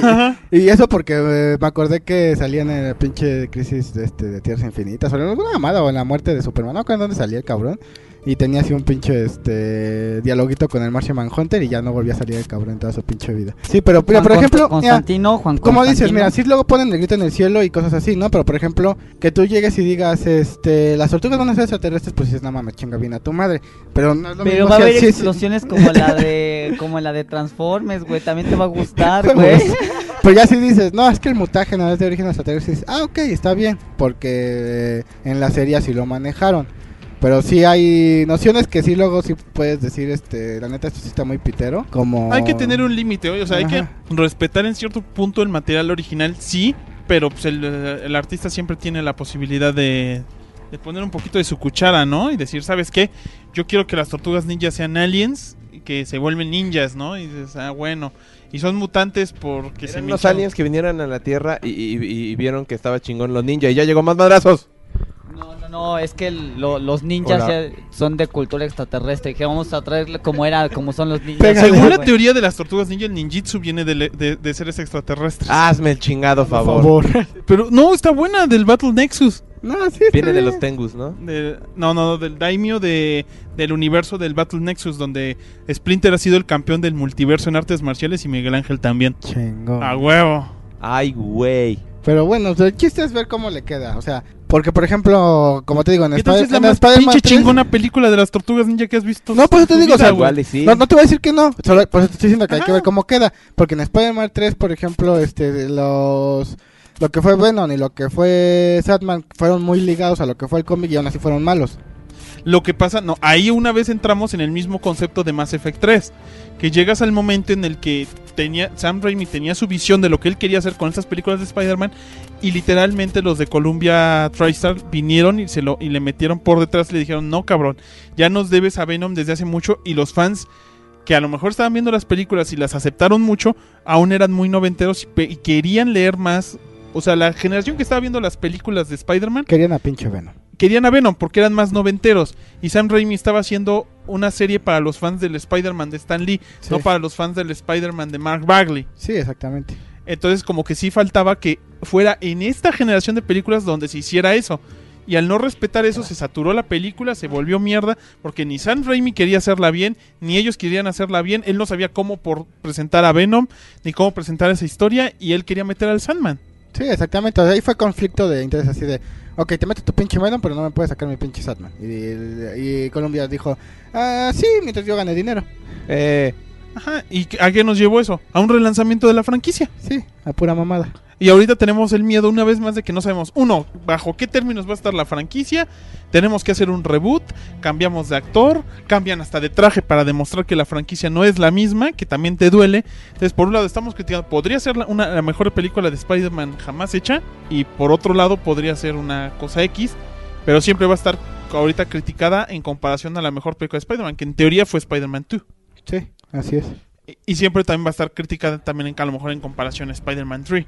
y eso porque eh, me acordé que salían en la pinche crisis de, este, de Tierras Infinitas. O en alguna mamada o en la muerte de Superman. No me acuerdo en dónde salía el cabrón. Y tenía así un pinche este, dialoguito con el Martian Manhunter. Y ya no volvía a salir el cabrón en toda su pinche vida. Sí, pero mira,
Juan
por ejemplo.
Const-
mira,
Constantino, Juan
como dices,
Constantino.
mira, sí luego ponen el grito en el cielo y cosas así, ¿no? Pero por ejemplo, que tú llegues y digas, este, las tortugas van a ser extraterrestres, pues dices, no mames, chinga bien a tu madre. Pero no es lo
Pero
mismo
va a
si-
haber
si- si-
explosiones como la de como la de Transformers, güey. También te va a gustar,
Como
güey.
es. Pero ya si dices, no, es que el mutágeno es de origen extraterrestre, dices, ah, ok, está bien, porque eh, en la serie así lo manejaron. Pero sí hay nociones que sí luego sí puedes decir, este, la neta esto sí está muy pitero, como...
Hay que tener un límite, oye, o sea, hay que
Oh. Ajá.
respetar en cierto punto el material original, sí, pero pues, el, el artista siempre tiene la posibilidad de, de poner un poquito de su cuchara, ¿no? Y decir, ¿sabes qué? Yo quiero que las tortugas ninjas sean aliens, y que se vuelven ninjas, ¿no? Y dices, ah, bueno, y son mutantes porque se
Eran
me
los
hincharon.
aliens que vinieron a la Tierra y, y- y- y vieron que estaba chingón los ninjas y ya llegó más madrazos.
No, no, no, es que el- lo- los ninjas
Hola.
ya son de cultura extraterrestre. Que vamos a traerle como era, como son los ninjas.
Pégale,
Según la
güey.
teoría de las tortugas ninja, el ninjitsu viene de, le- de- de seres extraterrestres.
Hazme el chingado
Por
favor.
favor.
Pero no, está buena del Battle Nexus.
no, sí. está
Viene de
bien.
los Tengus, ¿no?
De- no, no, no, del daimyo de, del universo del Battle Nexus, donde Splinter ha sido el campeón del multiverso en artes marciales y Miguel Ángel también.
Chingón.
A huevo.
Ay, güey.
Pero bueno, o sea, el chiste es ver cómo le queda. O sea, Porque, por ejemplo, como te digo, en,
¿Qué tal si es
Spider-
la
en
más
Spider-Man
pinche
3,
chingona película de las tortugas ninja que has visto?
No, pues,
en
te
tu
digo, o
vida,
sea,
güey?
Igual y sí.
No, no te voy a decir que no, solo por eso te estoy diciendo que hay que
Ajá.
ver cómo queda. Porque en Spider-Man 3, por ejemplo, este, los. Lo que fue Venom y lo que fue Satman fueron muy ligados a lo que fue el cómic y aún así fueron malos.
Lo que pasa, no, ahí una vez entramos en el mismo concepto de Mass Effect 3, que llegas al momento en el que tenía Sam Raimi tenía su visión de lo que él quería hacer con estas películas de Spider-Man y literalmente los de Columbia TriStar vinieron y se lo y le metieron por detrás y le dijeron, "No, cabrón, ya nos debes a Venom desde hace mucho" y los fans que a lo mejor estaban viendo las películas y las aceptaron mucho, aún eran muy noventeros y, pe- y querían leer más. O sea, la generación que estaba viendo las películas de Spider-Man
Querían a pinche Venom.
querían a Venom porque eran más noventeros. Y Sam Raimi estaba haciendo una serie para los fans del Spider-Man de Stan Lee,
Sí.
no para los fans del Spider-Man de Mark Bagley.
Sí, exactamente.
Entonces como que sí faltaba que fuera en esta generación de películas donde se hiciera eso. Y al no respetar eso se saturó la película, se volvió mierda, porque ni Sam Raimi quería hacerla bien, ni ellos querían hacerla bien, él no sabía cómo por presentar a Venom, ni cómo presentar esa historia, y él quería meter al Sandman.
Sí, exactamente. O sea, ahí fue conflicto de interés así de, ok, te meto tu pinche Venom, pero no me puedes sacar mi pinche Satman. Y, y Colombia dijo, ah, sí, mientras yo gane dinero.
Eh,
Ajá, ¿y a qué nos llevó eso? A un relanzamiento de la franquicia.
Sí, a pura mamada.
Y ahorita tenemos el miedo una vez más de que no sabemos, uno, bajo qué términos va a estar la franquicia, tenemos que hacer un reboot, cambiamos de actor, cambian hasta de traje para demostrar que la franquicia no es la misma, que también te duele. Entonces, por un lado estamos criticando, podría ser la, una, la mejor película de Spider-Man jamás hecha, y por otro lado podría ser una cosa X, pero siempre va a estar ahorita criticada en comparación a la mejor película de Spider-Man, que en teoría fue Spider-Man 2.
Sí, así es.
Y- Y siempre también va a estar criticada también en, a lo mejor en comparación a Spider-Man 3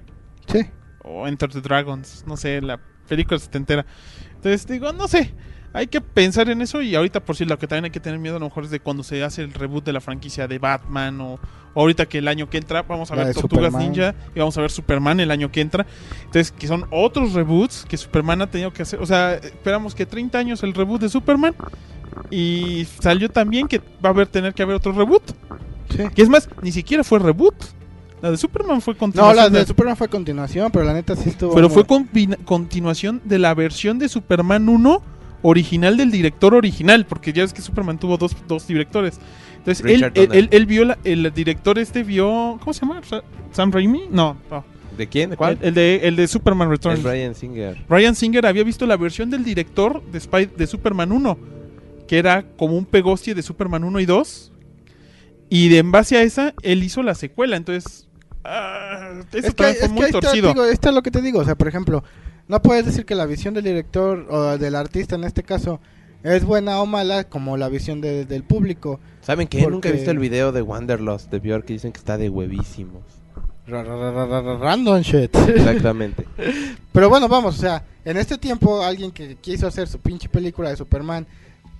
Sí.
o Enter the Dragons, no sé, la película setentera. Entonces digo, no sé, hay que pensar en eso y ahorita por si lo que también hay que tener miedo a lo mejor es de cuando se hace el reboot de la franquicia de Batman o, o ahorita que el año que entra vamos a
La
ver
de
Tortugas
Superman.
Ninja y vamos a ver Superman el año que entra. Entonces que son otros reboots que Superman ha tenido que hacer, o sea, esperamos que 30 años el reboot de Superman y salió también que va a haber tener que haber otro reboot.
Sí.
Que es más, ni siquiera fue reboot. La de Superman fue
No,
continuación
la de
del-
Superman fue a continuación, pero la neta sí estuvo...
pero
muy-
fue combina- continuación de la versión de Superman 1 original del director original, porque ya ves que Superman tuvo dos, dos directores. Entonces, él,
Richard
él,
Donner.
él- él vio, la- el director este vio, ¿cómo se llama? Sa- ¿Sam Raimi? No, no.
¿De quién? ¿De cuál?
El, el de, el de Superman
Es
Returns.
Bryan Singer.
Ryan Singer había visto la versión del director de, Spy- de Superman 1, que era como un pegosti de Superman 1 y 2. Y de, en base a esa, él hizo la secuela. Entonces, ah, eso también fue muy
ahí está,
torcido.
digo, esto es lo que te digo, o sea, por ejemplo, no puedes decir que la visión del director o del artista en este caso es buena o mala como la visión de- del público.
¿Saben qué?
Porque-
Nunca he visto el video de Wanderlust de Björk que dicen que está de huevísimos.
Ra- ra- ra- ra- ra- ra- Random shit.
Exactamente.
Pero bueno, vamos, o sea, en este tiempo alguien que quiso hacer su pinche película de Superman,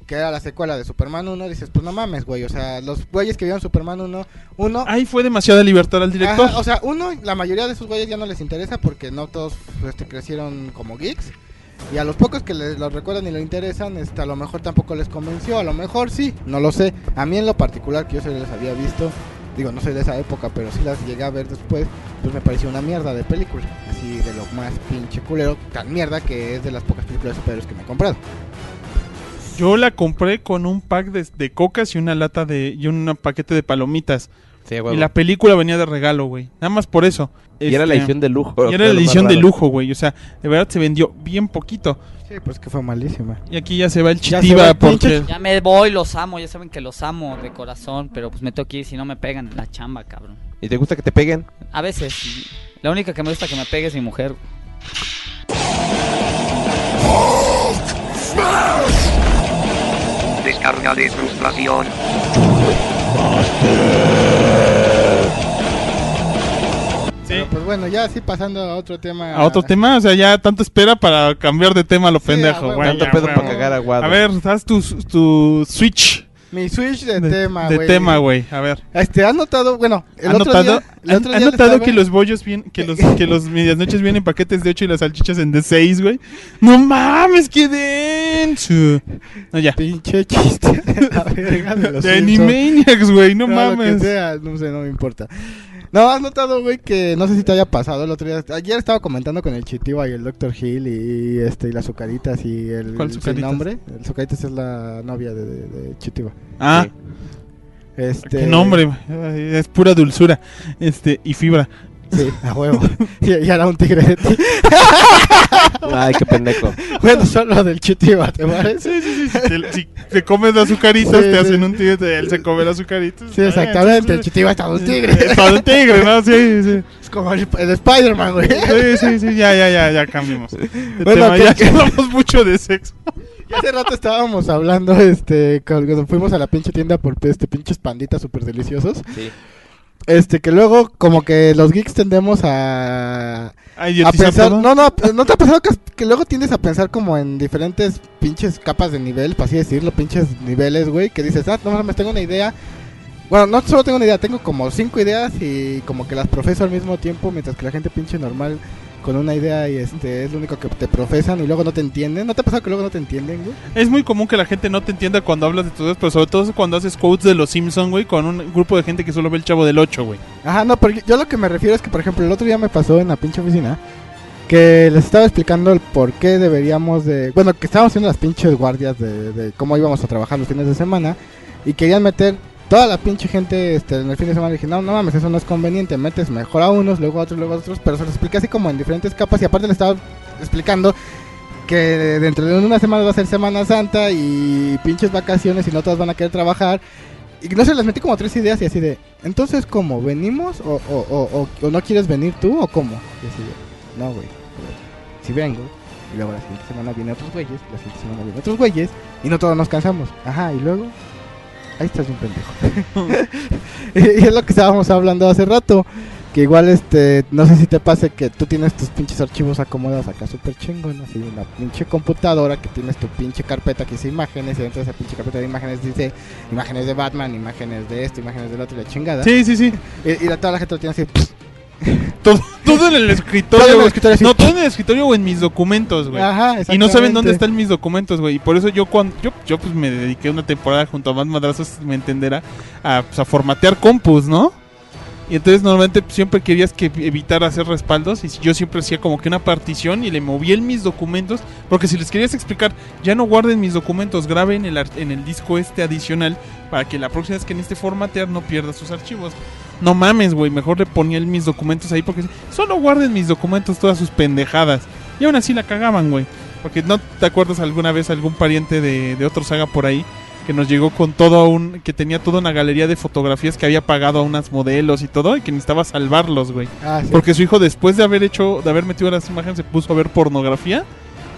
que era la secuela de Superman 1, dices, pues no mames, güey, o sea, los güeyes que vieron Superman 1, uno...
Ahí fue demasiada libertad al director.
Ah,
Ajá, o sea, uno, la mayoría de esos güeyes ya no les interesa porque no todos este, crecieron como geeks. Y a los pocos que les los recuerdan y les interesan, este, a lo mejor tampoco les convenció, a lo mejor sí, no lo sé. A mí en lo particular, que yo se les había visto, digo, no soy de esa época, pero sí las llegué a ver después, pues me pareció una mierda de película. Así de lo más pinche culero, tan mierda que es de las pocas películas de superhéroes que me he comprado.
Yo la compré con un pack de, de cocas y una lata de. y un paquete de palomitas.
Sí, a huevo.
Y la película venía de regalo, güey. Nada más por eso.
Y era la
Este,
edición de lujo.
y era
Era
la
lo más
edición de
raro.
lujo, güey. O sea, de verdad se vendió bien poquito.
Sí, pues que fue malísima.
Y aquí ya se va el
Ya se
chitiba
va el
porque.
Ya me voy, los amo, ya saben que los amo de corazón, pero pues me tengo que ir si no me pegan en la chamba, cabrón.
¿Y te gusta que te peguen?
A veces, la única que me gusta que me pegue es mi mujer.
Descarga de frustración.
Sí.
Pero, pues bueno, ya así pasando a otro tema.
A otro tema, o sea, ya tanto espera para cambiar de tema a lo
Sí, a
pendejo,
huevo.
güey.
Tanto
ya,
pedo
güey.
para cagar aguado.
A ver, haz tu, tu switch
Mi switch de,
de
tema,
de
güey.
tema, güey. A ver.
Este, ¿has notado? Bueno, el
¿Han
otro
notado,
día...
han-
el otro
han
día le
notado
estaba-
que los bollos vienen, que los, que los medianoches vienen en paquetes de 8 y las salchichas en de 6, güey? ¡No mames, qué denso! No, ya.
Pinche chiste de la verga de los
De
Simpsons.
Animaniacs, güey, no
No, lo que
mames.
sea, no sé, no me importa. No, has notado, güey, que no sé si te haya pasado el otro día. Ayer estaba comentando con el Chitiba y el Dr. Hill y, y, este y las Zucaritas y el,
¿Cuál
el sin
Zucaritas?
nombre. El Zucaritas es la novia de, de- de Chitiba.
Ah,
Este,
qué nombre. Ay, Es pura dulzura. Este, y fibra.
Sí, a huevo. y, y era un tigre de ti.
Ay, qué pendejo.
Bueno, solo del Chitiba, ¿te parece?
Sí, sí, sí. Si te- Si te comes las azucaritas,
Sí,
te
sí.
hacen un tigre. Él se come las azucaritas.
Sí, exactamente. El Chitiba está un tigre.
eh, Es todo un tigre, ¿no? Sí, sí.
Es como el, el Spider-Man, güey.
Sí, sí, sí, ya, ya, ya, ya cambiamos. De
Bueno,
tema,
¿qué-
ya
qué?
hablamos mucho de sexo.
Y Hace rato estábamos hablando, este, con- cuando fuimos a la pinche tienda por este pinches panditas súper deliciosos.
Sí.
Este, que luego como que los geeks tendemos a,
Ay,
a
idiotizar
pensar...
todo.
No, no, ¿no te ha pasado que, que luego tiendes a pensar como en diferentes pinches capas de nivel, para así decirlo, pinches niveles, güey? Que dices, ah, no mames, tengo una idea. Bueno, no solo tengo una idea, tengo como cinco ideas y como que las profeso al mismo tiempo, mientras que la gente pinche normal con una idea y este es lo único que te profesan y luego no te entienden. ¿No te ha pasado que luego no te entienden, güey?
Es muy común que la gente no te entienda cuando hablas de tus cosas, pero sobre todo cuando haces quotes de los Simpson, güey, con un grupo de gente que solo ve el chavo del 8, güey.
Ajá, no, pero yo- yo lo que me refiero es que, por ejemplo, el otro día me pasó en la pinche oficina que les estaba explicando el por qué deberíamos de... Bueno, que estábamos haciendo las pinches guardias de, de cómo íbamos a trabajar los fines de semana y querían meter toda la pinche gente este, en el fin de semana. Y dije, no, no mames, eso no es conveniente, metes mejor a unos, luego a otros, luego a otros, pero se los expliqué así como en diferentes capas y aparte les estaba explicando que dentro de unas semanas va a ser Semana Santa y pinches vacaciones y no todas van a querer trabajar. Y no se les metí como tres ideas y así de, entonces, ¿cómo? ¿Venimos? ¿O, o, o, o- o no quieres venir tú? ¿O cómo? Y así de, no, güey. pero Si vengo, y luego la siguiente semana vienen otros güeyes, la siguiente semana vienen otros güeyes, y no todos nos cansamos. Ajá, y luego, ahí estás un pendejo. y es lo que estábamos hablando hace rato. Que igual, este, no sé si te pase que tú tienes tus pinches archivos acomodados acá súper chingón, así una pinche computadora que tienes tu pinche carpeta que dice imágenes, y dentro de esa pinche carpeta de imágenes dice imágenes de Batman, imágenes de esto, imágenes del otro y la chingada.
Sí, Pues, sí, sí.
Y, y la- toda la gente lo tiene así. pss,
Todo, todo en el escritorio,
Todo en el
güey.
escritorio, sí.
No, todo en el escritorio o en mis documentos, güey.
Ajá,
Y no saben
exactamente.
dónde están mis documentos, güey. Y por eso yo cuando yo, yo pues me dediqué una temporada junto a más madrazos, me entenderá, a, pues, a formatear compus, ¿no? Y entonces normalmente pues, siempre querías que evitar hacer respaldos y yo siempre hacía como que una partición y le movía en mis documentos, porque si les querías explicar, ya no guarden mis documentos, graben el ar- en el disco este adicional para que la próxima vez que en este formatear no pierdas sus archivos. No mames, güey, mejor le ponía el- mis documentos ahí porque solo guarden mis documentos todas sus pendejadas. Y aún así la cagaban, güey. Porque no te acuerdas alguna vez algún pariente de, de otro saga por ahí que nos llegó con todo un. que tenía toda una galería de fotografías que había pagado a unas modelos y todo y que necesitaba salvarlos, güey.
Ah, sí.
Porque su hijo, después de haber hecho. de haber metido las imágenes, se puso a ver pornografía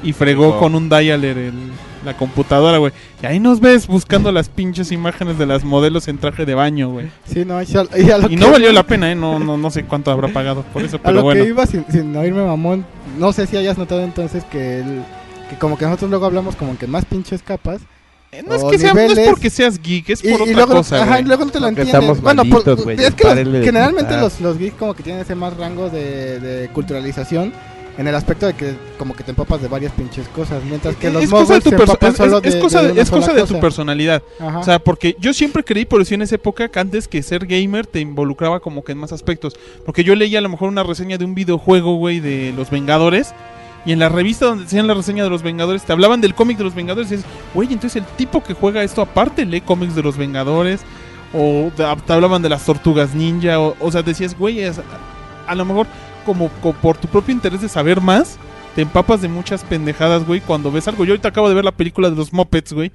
y fregó
Hijo.
con un dialer el- la computadora, güey. Y ahí nos ves buscando las pinches imágenes de las modelos en traje de baño, güey.
Sí, no, y ya- y a lo
Y no
que-
valió la pena, ¿eh? No, no, no sé cuánto habrá pagado por eso,
A
pero
lo
bueno.
que iba sin, sin oírme mamón, no sé si hayas notado entonces que, el- que como que nosotros luego hablamos como que en más pinches capas.
Eh, No es
o
que sea, no es
niveles.
porque seas geek, es
Y,
por
y
otra
luego,
cosa,
ajá,
güey.
y luego no te lo
Porque
entiendes.
estamos
Bueno, por-
malditos, güey,
es que los-
párenle de
generalmente
insultar.
los, los geeks como que tienen ese más rango de, de culturalización en el aspecto de que como que te empapas de varias pinches cosas, mientras que los
es cosa de
moguls
tu
se
perso-
empapan
es-
solo
es- es
de-
cosa
de
de-
una
es
sola
cosa de tu
cosa.
personalidad.
Ajá.
O sea, porque yo siempre creí, por eso en esa época, que antes que ser gamer te involucraba como que en más aspectos. Porque yo leía a lo mejor una reseña de un videojuego, güey, de Los Vengadores. Y en la revista donde hacían la reseña de Los Vengadores, te hablaban del cómic de Los Vengadores. Y dices, güey, entonces el tipo que juega esto aparte lee cómics de Los Vengadores. O te te hablaban de las tortugas ninja. O, o sea, decías, güey, es- a lo mejor como, co- por tu propio interés de saber más. Te empapas de muchas pendejadas, güey, cuando ves algo. Yo ahorita acabo de ver la película de los Muppets, güey.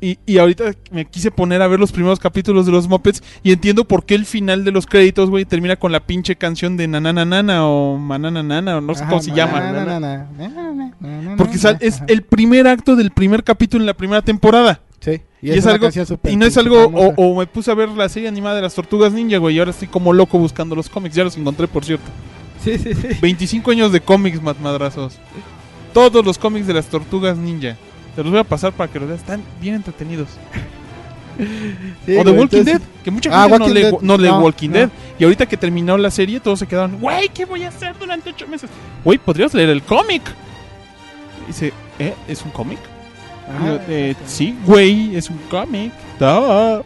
Y, y ahorita me quise poner a ver los primeros capítulos de los Muppets y entiendo por qué el final de los créditos, güey, termina con la pinche canción de Nanana Nana o Manana Nana o no sé
Ajá,
cómo se
na-
llama.
na- na- na- na- na- na- na- na-
Porque
na-
sal-
na-
es
ajá.
el primer acto del primer capítulo en la primera temporada.
Sí,
Y, es,
una
algo.
canción súper
Y no es
pinche
algo. O,
famosa.
o me puse a ver la serie animada de las Tortugas Ninja, güey, y ahora estoy como loco buscando los cómics. Ya los encontré, por cierto.
Sí, sí, sí.
25 años de cómics, más madrazos. Todos los cómics de las Tortugas Ninja. Te los voy a pasar para que los veas. Están bien entretenidos.
Sí,
o The
güey,
Walking
entonces-
Dead, que mucha
Ah,
gente no
Walking
lee,
Dead.
no lee
No,
Walking
no.
Dead. Y ahorita que terminó la serie, todos se quedaron, güey, ¿qué voy a hacer durante ocho meses? Güey, ¿podrías leer el cómic? Y Dice, ¿eh? ¿Es un
Ah,
cómic? Y yo,
Ajá.
"Eh, sí, güey, es un cómic. Da.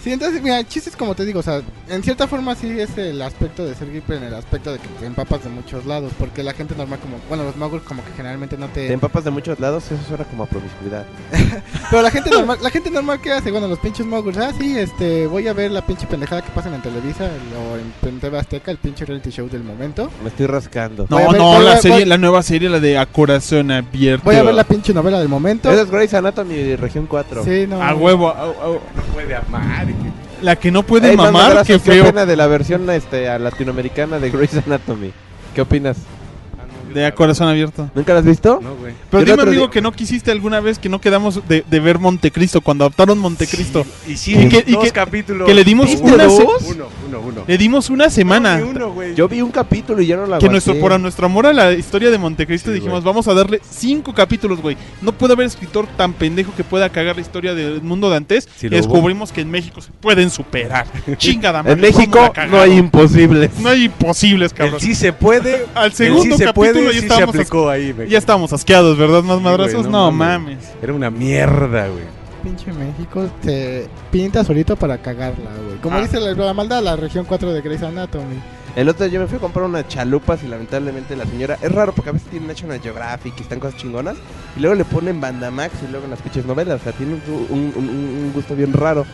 Sí, entonces, mira, el chiste es como te digo, o sea, en cierta forma sí es el aspecto de ser gay, pero en el aspecto de que te empapas de muchos lados, porque la gente normal como, bueno, los muggles como que generalmente no
Te
te...
empapas de muchos lados, eso suena como a promiscuidad.
Pero la gente normal, la gente normal que hace, bueno, los pinches muggles, ah, sí, este, voy a ver la pinche pendejada que pasan en Televisa el- o en, en TV Azteca, el pinche reality show del momento.
Me estoy rascando.
No,
Voy a ver-
no,
voy a-
la
voy-
serie, la nueva serie, la de A Corazón Abierto.
Voy a ver la pinche novela del momento.
Esa es Grey's Anatomy de Región 4.
Sí, no.
A huevo, a- a-
Puede amar.
la que no puede
Ey, manda
mamar,
abrazos,
qué
¿Qué
feo.
opina de la versión este, a latinoamericana de Grey's Anatomy? ¿Qué opinas?
De A Corazón Abierto.
¿Nunca la has visto?
No, güey.
Yo
Pero
el
dime,
otro
amigo,
día-
que no quisiste alguna vez que no quedamos de, de ver Montecristo cuando adoptaron Montecristo.
Y sí,
Y que- y
dos
que-
capítulos.
que le dimos
No,
¿Viste
una
dos?
se-
Uno, uno, uno.
Le dimos una semana.
No, ni uno, güey.
Yo vi un capítulo y ya no la
Que
aguanté.
nuestro, por nuestro amor a la historia de Montecristo
Sí,
dijimos, vamos a darle cinco capítulos, güey. No puede haber escritor tan pendejo que pueda cagar la historia del mundo de antes.
Sí,
y
lo hubo.
descubrimos que en México se pueden superar. Chingada madre.
En
¿cómo la
México no
cagaron?
hay imposibles.
No hay imposibles,
El
cabrón.
sí se puede.
Al
El
segundo
sí se
capítulo
puede.
ya,
Sí se
estábamos as-
aplicó ahí, güey.
ya estábamos asqueados, ¿verdad? Más
Sí,
madrazos.
güey, no
no
mames.
mames.
Era una mierda, güey.
Pinche México te pinta solito para cagarla, güey. Como
Ah.
dice la, la maldad, la región 4 de Grey's Anatomy.
El otro día yo me fui a comprar unas chalupas y lamentablemente la señora... Es raro porque a veces tienen National Geographic y están cosas chingonas. Y luego le ponen Bandamax y luego en las pinches novelas. O sea, tiene un, un- un- un gusto bien raro.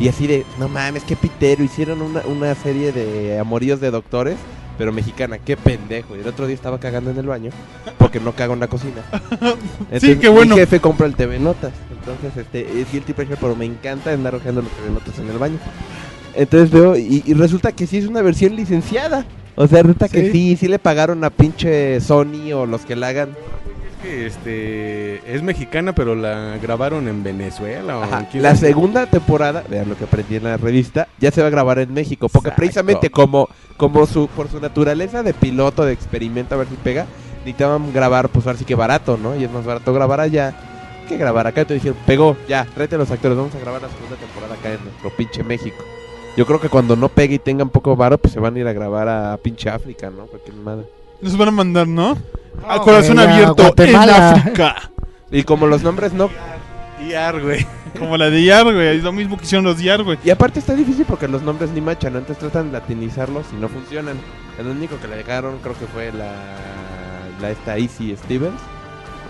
Y así de, no mames, qué pitero. Hicieron una, una serie de amoríos de doctores, pero mexicana. Qué pendejo. Y el otro día estaba cagando en el baño porque no cago en la cocina. Entonces,
qué bueno.
Mi jefe compra el TV Notas. Entonces, este, es guilty pleasure, pero me encanta andar ojeando los TV Notas en el baño. Entonces veo, y, y resulta que sí es una versión licenciada. O sea, resulta que
Sí.
sí, sí le pagaron a pinche Sony o los que la hagan.
Es que este. Es mexicana, pero la grabaron en Venezuela. o
Ajá.
en quién
La
sabe.
segunda temporada, vean lo que aprendí en la revista, ya se va a grabar en México. Porque
Exacto.
precisamente como, como su, por su naturaleza de piloto, de experimento, a ver si pega, necesitaban grabar, pues ahora sí que barato, ¿no? Y es más barato grabar allá que grabar acá. Entonces dijeron, pegó, ya, tráete a los actores, vamos a grabar la segunda temporada acá en nuestro pinche México. Yo creo que cuando no pegue y tengan poco varo, pues se van a ir a grabar a pinche África, ¿no? Cualquier madre.
Nos van a mandar, ¿no? Al
No,
corazón
güey, a
abierto en
Guatemala.
África.
Y como los nombres no.
TR, güey.
Como la de Yar, güey. Es lo mismo que hicieron los Yar, güey.
Y aparte está difícil porque los nombres ni machan, ¿no? entonces tratan de latinizarlos y no funcionan. El único que le dejaron creo que fue la, la esta Easy Stevens.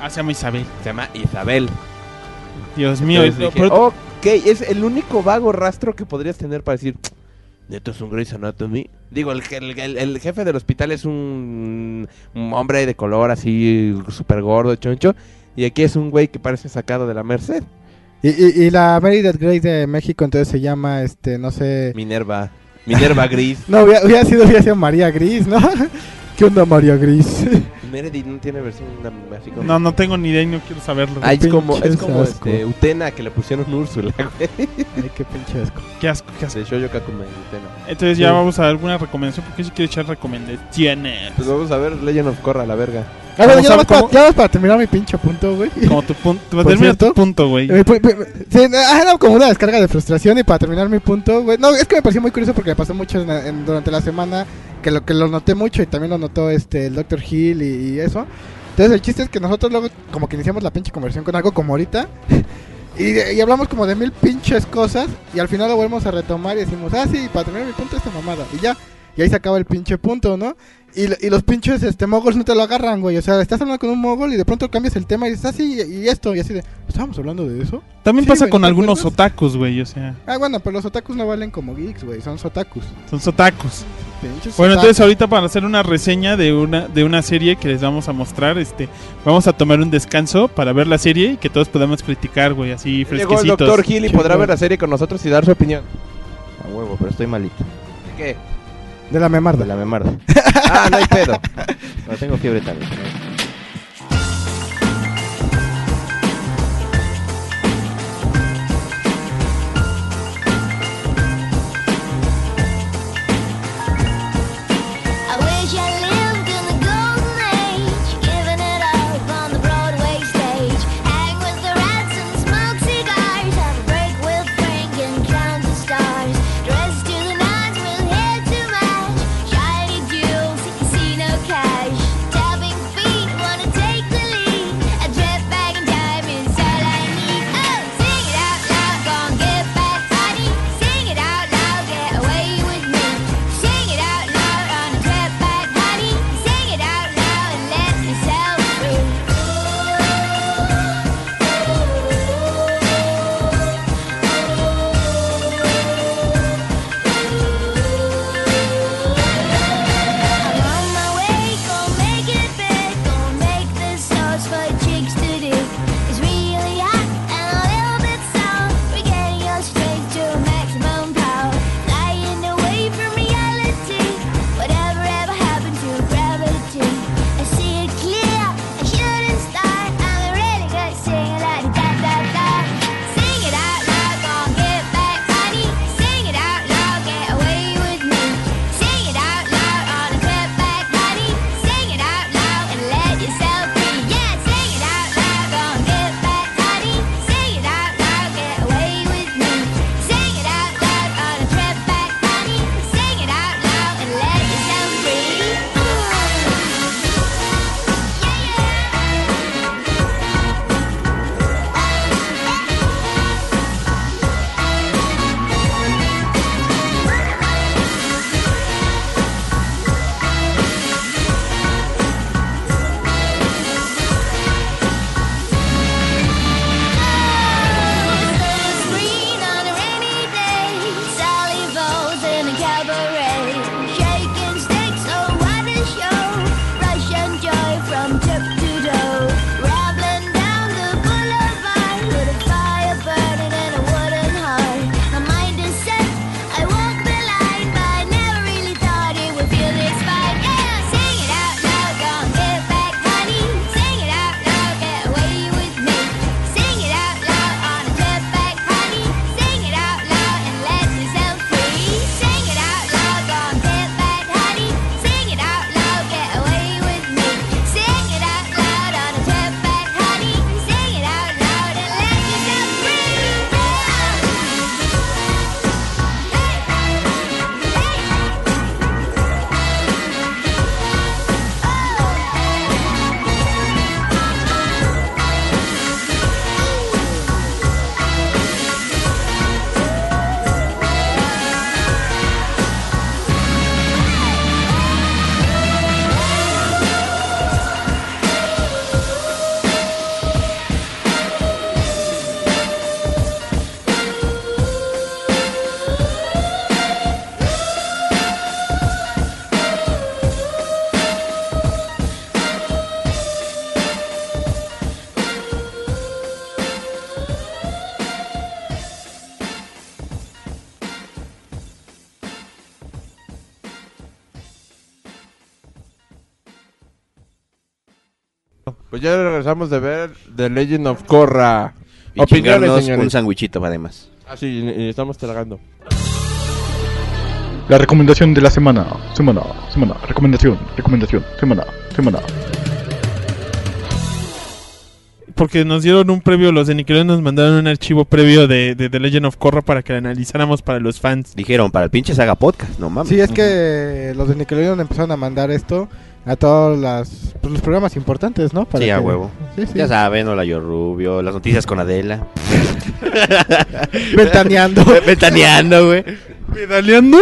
Ah, se llama Isabel.
Se llama Isabel.
Dios mío.
Entonces
no,
dije,
pero-
ok, es el único vago rastro que podrías tener para decir, neto es un Grey's Anatomy. Digo, el, je- el- el- el jefe del hospital es un, un hombre de color así, súper gordo, choncho. Y aquí es un güey que parece sacado de la Merced.
Y, y, y la Mary That Grey de México entonces se llama, este, no sé...
Minerva. Minerva Gris.
No, hubiera, hubiera sido, hubiera sido María Gris, ¿no? ¿Qué onda María Gris?
Meredith no tiene versión así como...
no, no tengo ni idea y no quiero saberlo. güey.
Ah, es como, es
Pinches
como
asco.
este, Utena que le pusieron Úrsula, güey.
Ay, qué pinche asco.
Qué asco, qué asco.
De Shoujo Kakume, Utena.
Entonces ya vamos a alguna recomendación porque si quiere echar recomendaciones.
Pues vamos a ver Legend of Korra, la verga.
A ver,
Vamos
ya
a-
nada más para,
¿cómo?
ya nada más para terminar mi pinche punto, güey.
Como tu punto.
Por
Termina tu
cierto.
punto, güey.
Eh, pu- pu- sí, no, ah, era como una descarga de frustración y para terminar mi punto, güey. No, es que me pareció muy curioso porque me pasó mucho en- en- durante la semana que lo que lo noté mucho y también lo notó este el Dr. Hill y, y eso. Entonces el chiste es que nosotros luego como que iniciamos la pinche conversión con algo como ahorita y, de- y hablamos como de mil pinches cosas y al final lo volvemos a retomar y decimos, ah sí, para terminar mi punto esta mamada y ya. Y ahí se acaba el pinche punto, ¿no? Y, lo- y los pinches este mogols no te lo agarran, güey. O sea, estás hablando con un mogol y de pronto cambias el tema y dices, ah, sí, y, y esto. Y así de, ¿estábamos hablando de eso?
También
sí,
pasa
güey,
con
¿te
algunos
acuerdas?
otakus, güey. O sea,
Ah, bueno, pero los otakus no valen como geeks, güey. Son sotakus.
son otakus.
Pinches
Bueno,
otakus.
entonces ahorita para hacer una reseña de una, de una serie que les vamos a mostrar, este, vamos a tomar un descanso para ver la serie y que todos podamos criticar, güey, así
Llegó el
fresquecitos.
Doctor Hill y podrá
Chingón.
ver la serie con nosotros y dar su opinión. A huevo, pero estoy malito. ¿De qué?
De la memarda.
De la memarda. ah, no hay pedo. No tengo fiebre también.
I wish I lived in the golden age, giving it up on the Broadway stage. Hang with the rats and smoke cigars, have a break with Frank and count the stars. Dress to the nines with hair to match, shiny jewels, casino cash, tapping feet Oh, Oh,
Pues ya regresamos de ver The Legend of Korra.
Y
Opiniones,
chingarnos
señores.
un sandwichito además.
Ah, sí, y- y estamos tragando.
La recomendación de la semana, semana, semana, recomendación, recomendación, semana, semana.
Porque nos dieron un previo, los de Nickelodeon nos mandaron un archivo previo de, de The Legend of Korra para que lo analizáramos para los fans.
Dijeron, para el pinche saga podcast, no mames.
Sí, es que los de Nickelodeon empezaron a mandar esto a todos las- pues, los programas importantes, ¿no?
Sí, a
que-
huevo.
Sí, sí.
Ya saben, hola yo rubio, las noticias con Adela.
Ventaneando.
Ventaneando, güey.
¿Pedaleando?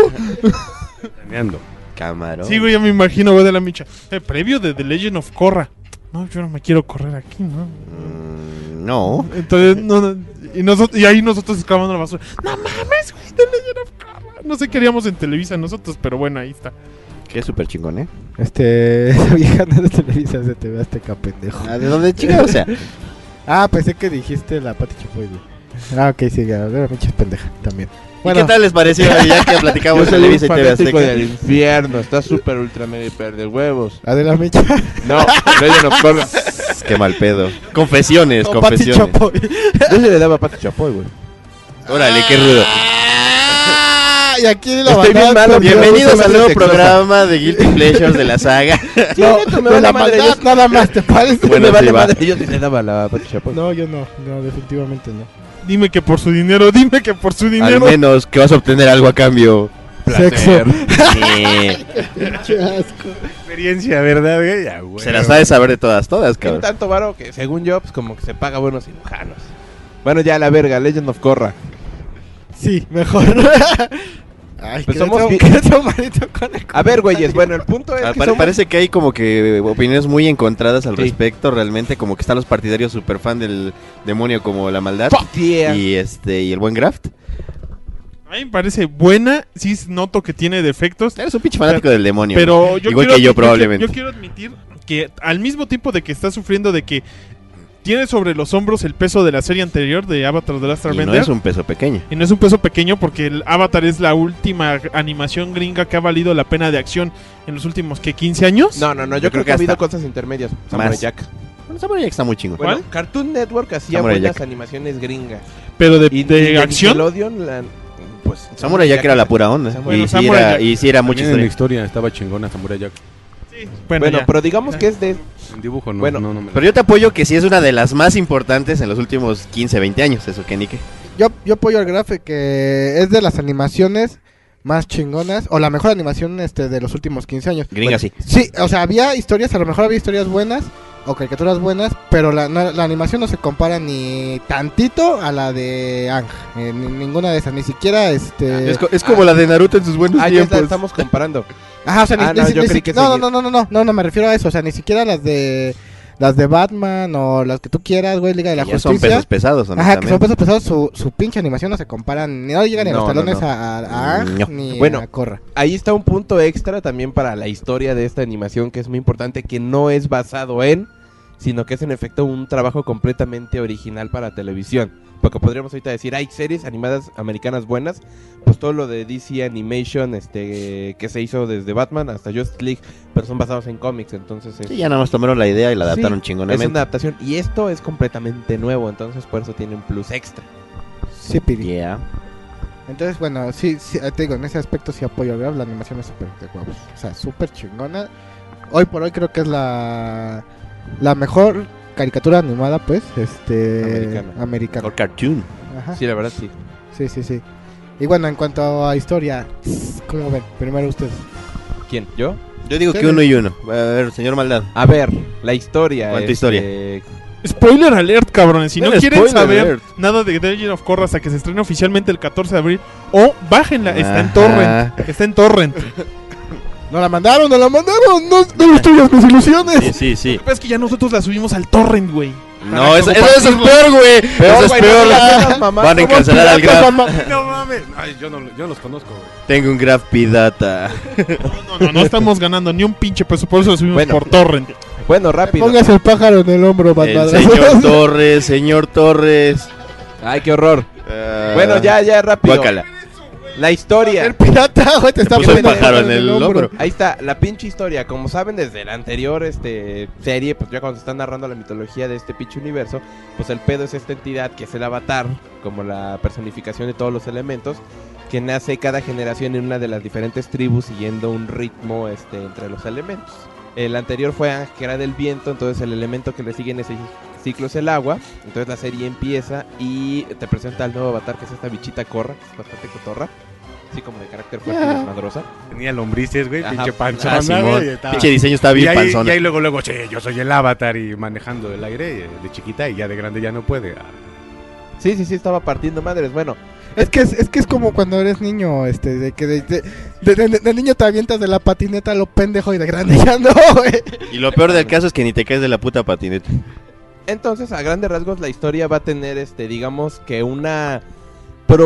Camarón.
Sí, güey, ya me imagino, güey, de la micha. Eh, previo de The Legend of Korra. No, yo no me quiero correr aquí, ¿no?
Mm, no.
Entonces, no, no, y, nosotros, y ahí nosotros exclamando la basura. No mames, güey, The Legend of Korra. No sé qué haríamos en Televisa nosotros, pero bueno, ahí está.
Qué súper chingón, ¿eh?
Este, esa vieja no es de Televisa, es de TV Azteca, pendejo.
¿De dónde chingados? O sea,
Ah, pensé que dijiste la Pati Chapoy. güey. Ah, ok, sí, ya, era pinches pendeja también.
¿Y qué tal les pareció ya que platicamos de Televisa y TV Azteca?
del infierno. Está súper ultra mega hiper de huevos.
Adela Mecha
No, Legend of Korra.
Qué mal pedo. Confesiones,
o Pati
confesiones.
Chapoy.
Yo se le daba a Pati Chapoy, güey.
Órale, qué rudo.
Ah, y aquí la
Estoy bien
maldad,
malo,
pero-
Bienvenidos al nuevo
Sexosa.
programa de Guilty Pleasures de la saga.
No,
Sí, neta, me
de
vale
la
madre,
maldad nada más te parece.
Bueno,
me
sí,
vale
va.
madre. Yo sí le daba a la Pati Chapoy.
No, yo no, no, definitivamente no.
Dime que por su dinero, dime que por su
Al
dinero.
menos que vas a obtener algo a cambio.
Sexo.
Sí.
Qué asco.
Experiencia, ¿verdad, güey? Ya, güey.
Se las ha de saber de todas, todas,
Tiene
cabrón.
tanto varo que, según yo, pues como que se paga buenos cirujanos. Bueno, ya la verga, Legend of Korra.
Sí, mejor. Ay,
Pues
qué
somos
otro-
bien-
qué otro malito con el-
A ver, güeyes, bueno, el punto es
Ah,
que
pare-
somos-
Parece que hay como que opiniones muy encontradas al
Sí.
respecto. Realmente, como que están los partidarios super fan del demonio como la maldad.
Fuck yeah.
Y este, y el buen graft.
A mí me parece buena, sí noto que tiene defectos.
Eres un pinche fanático del demonio.
Pero yo
Igual
quiero,
que yo, probablemente.
Yo, quiero admitir que al mismo tiempo de que está sufriendo de que tiene sobre los hombros el peso de la serie anterior de Avatar de Last
Y no
Airbender.
es un peso pequeño.
Y no es un peso pequeño porque el Avatar es la última animación gringa que ha valido la pena de acción en los últimos que 15 años.
No, no, no, yo,
Yo creo
creo que
que
ha habido
hasta-
cosas intermedias. Samurai
Más.
Jack.
Bueno, Samurai Jack está muy chingón.
Bueno, Cartoon Network hacía
Samurai
buenas
Jack.
animaciones gringas.
Pero de,
Y-
de
y
acción.
Nickelodeon, la- pues,
Samurai Jack era la pura onda.
Samurai-
y, si
Samurai
era,
Jack.
y sí era mucha
También en la
historia.
historia estaba chingona Samurai Jack.
Sí,
Bueno,
bueno, ya.
pero digamos que es de.
En dibujo no,
Bueno,
no, no me la-
Pero yo te apoyo que sí es una de las más importantes en los últimos 15, 20 años, eso que Nike.
Yo, yo apoyo al Grafe que es de las animaciones más chingonas o la mejor animación este de los últimos 15 años.
Gringa sí.
Sí, o sea, había historias, a lo mejor había historias buenas o caricaturas buenas, pero la, no- la animación no se compara ni tantito a la de Ang, eh, ni- ninguna de esas, ni siquiera este
Es, co- es como la de Naruto en sus buenos
Ah, ya está,
tiempos.
estamos comparando.
Ajá, o sea, ni,
Ah,
ni-
no,
ni
yo
si-
creí que
no,
seguía.
no, no, no, no, no, no, me refiero a eso, o sea, ni siquiera las de las de Batman o las que tú quieras, güey, Liga de la
Ya son
Justicia.
pesos pesados,
Ajá, que son
honestamente.
pesos pesados, su, su pinche animación no se comparan, ni no llegan ni a
No,
los
no,
talones
no.
a, a, a Ang,
No.
ni
Bueno.
a Corra.
Ahí está un punto extra también para la historia de esta animación que es muy importante, que no es basado en, sino que es en efecto un trabajo completamente original para televisión. Porque podríamos ahorita decir, hay series animadas americanas buenas, pues todo lo de DC Animation este que se hizo desde Batman hasta Just League, pero son basados en cómics, entonces es,
Sí, ya nada más tomaron la idea y la adaptaron
Sí, es
chingonamente.
una adaptación. Y esto es completamente nuevo, entonces por eso tiene un plus extra.
Sí, Piri.
Yeah.
Entonces, bueno, sí, sí, eh, te digo, en ese aspecto sí apoyo al Graf, la animación es súper de huevos. O sea, súper chingona. Hoy por hoy creo que es la, la mejor caricatura animada, pues, este...
Americana.
americana.
Mejor cartoon.
Ajá.
Sí, la verdad sí.
Sí, sí, sí. Y bueno, en cuanto a historia, ¿cómo ven? Primero ustedes.
¿Quién? ¿Yo?
Yo digo que
Sí.
uno y uno. A ver, señor Maldad.
A ver, la historia.
¿Cuánta
este,
historia?
Spoiler alert, cabrones. Si no
Bueno,
quieren
spoiler
saber
alert.
nada de The Legend of Korra hasta que se estrene oficialmente el 14 de abril, o bájenla, está en torrent.
Ajá.
Está en torrent.
¡No la mandaron, no la mandaron! ¡No, no destruyas mis ilusiones!
Sí, sí, sí.
Pero es que ya nosotros la subimos al torrent, güey.
No, eso,
Para
eso es el
compartirlo.
peor, güey. Eso es
güey, no
peor.
digas esas mamadas,
Van a encarcelar al Graf.
No mames. Ay, yo no, yo no los conozco, güey.
Tengo un Graf pirata.
No, no, no estamos ganando ni un pinche peso, por eso la subimos
Bueno.
por torrent.
Bueno, rápido.
Pongas el pájaro en el hombro,
El
Batman.
señor Torres, señor Torres.
Ay, qué horror.
Ah,
Bueno, ya, ya, rápido.
guácala.
La historia.
El pirata, güey, te está
puso un
poniendo
pájaro en el hombro.
Ahí está, la pinche historia. Como saben desde la anterior este, serie, pues ya cuando se está narrando la mitología de este pinche universo, pues el pedo es esta entidad que es el avatar, como la personificación de todos los elementos, que nace cada generación en una de las diferentes tribus siguiendo un ritmo este, entre los elementos. El anterior fue Ang, que era del viento, entonces el elemento que le sigue en ese ciclo es el agua. Entonces la serie empieza y te presenta al nuevo avatar, que es esta bichita corra, que es bastante cotorra. Así como de carácter fuerte y
Ya.
desmadrosa.
Tenía lombrices, güey,
Ajá.
pinche
Ah,
panzona,
Simón.
güey, y estaba-
Pinche diseño estaba bien
y ahí,
panzona.
Y ahí luego, luego, che, yo soy el avatar y manejando el aire eh, de chiquita y ya de grande ya no puede. Ah,
Sí, sí, sí, estaba partiendo madres. Bueno,
Es que es, es que es como cuando eres niño, este, de que de, de- de- de- de niño te avientas de la patineta a lo pendejo y de grande ya no, güey.
eh. Y lo peor del caso es que ni te caes de la puta patineta.
Entonces, a grandes rasgos, la historia va a tener, este, digamos que una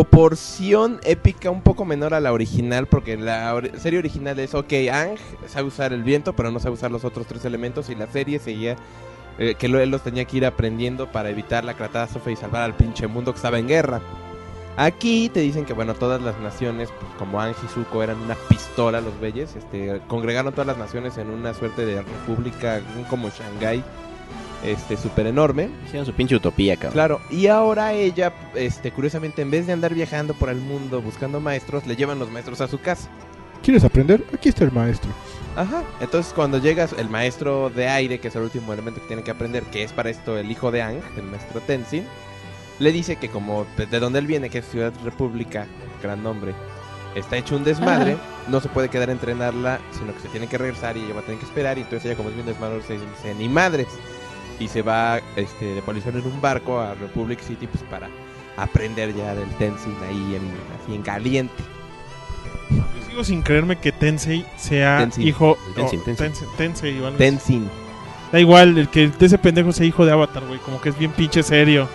proporción épica un poco menor a la original, porque la ori- serie original es, ok, Ang sabe usar el viento, pero no sabe usar los otros tres elementos, y la serie seguía eh, que lo- él los tenía que ir aprendiendo para evitar la catástrofe y salvar al pinche mundo que estaba en guerra. Aquí te dicen que, bueno, todas las naciones, pues, como Ang y Zuko eran una pistola los beyes, este, congregaron todas las naciones en una suerte de república como Shanghái, este, súper enorme.
Hicieron su pinche utopía, cabrón.
Claro, y ahora ella, este, curiosamente, en vez de andar viajando por el mundo buscando maestros, le llevan los maestros a su casa.
¿Quieres aprender? Aquí está el maestro.
Ajá. Entonces, cuando llegas, el maestro de aire, que es el último elemento que tiene que aprender, que es para esto el hijo de Ang, el maestro Tenzin, le dice que como de- de donde él viene, que es Ciudad República, gran nombre, está hecho un desmadre, no se puede quedar a entrenarla, sino que se tiene que regresar y ella va a tener que esperar, y entonces ella como es bien desmadre, se dice, ni madres, y se va este, de polizón en un barco a Republic City pues para aprender ya del Tenzin ahí en, así en caliente.
Yo sigo sin creerme que Tensei sea
Tenzin.
hijo.
Tenzin,
o-
Tenzin.
Tenzin, Tensei, igual es-
Tenzin.
Da igual, el que ese pendejo sea hijo de Avatar, güey. Como que es bien pinche serio.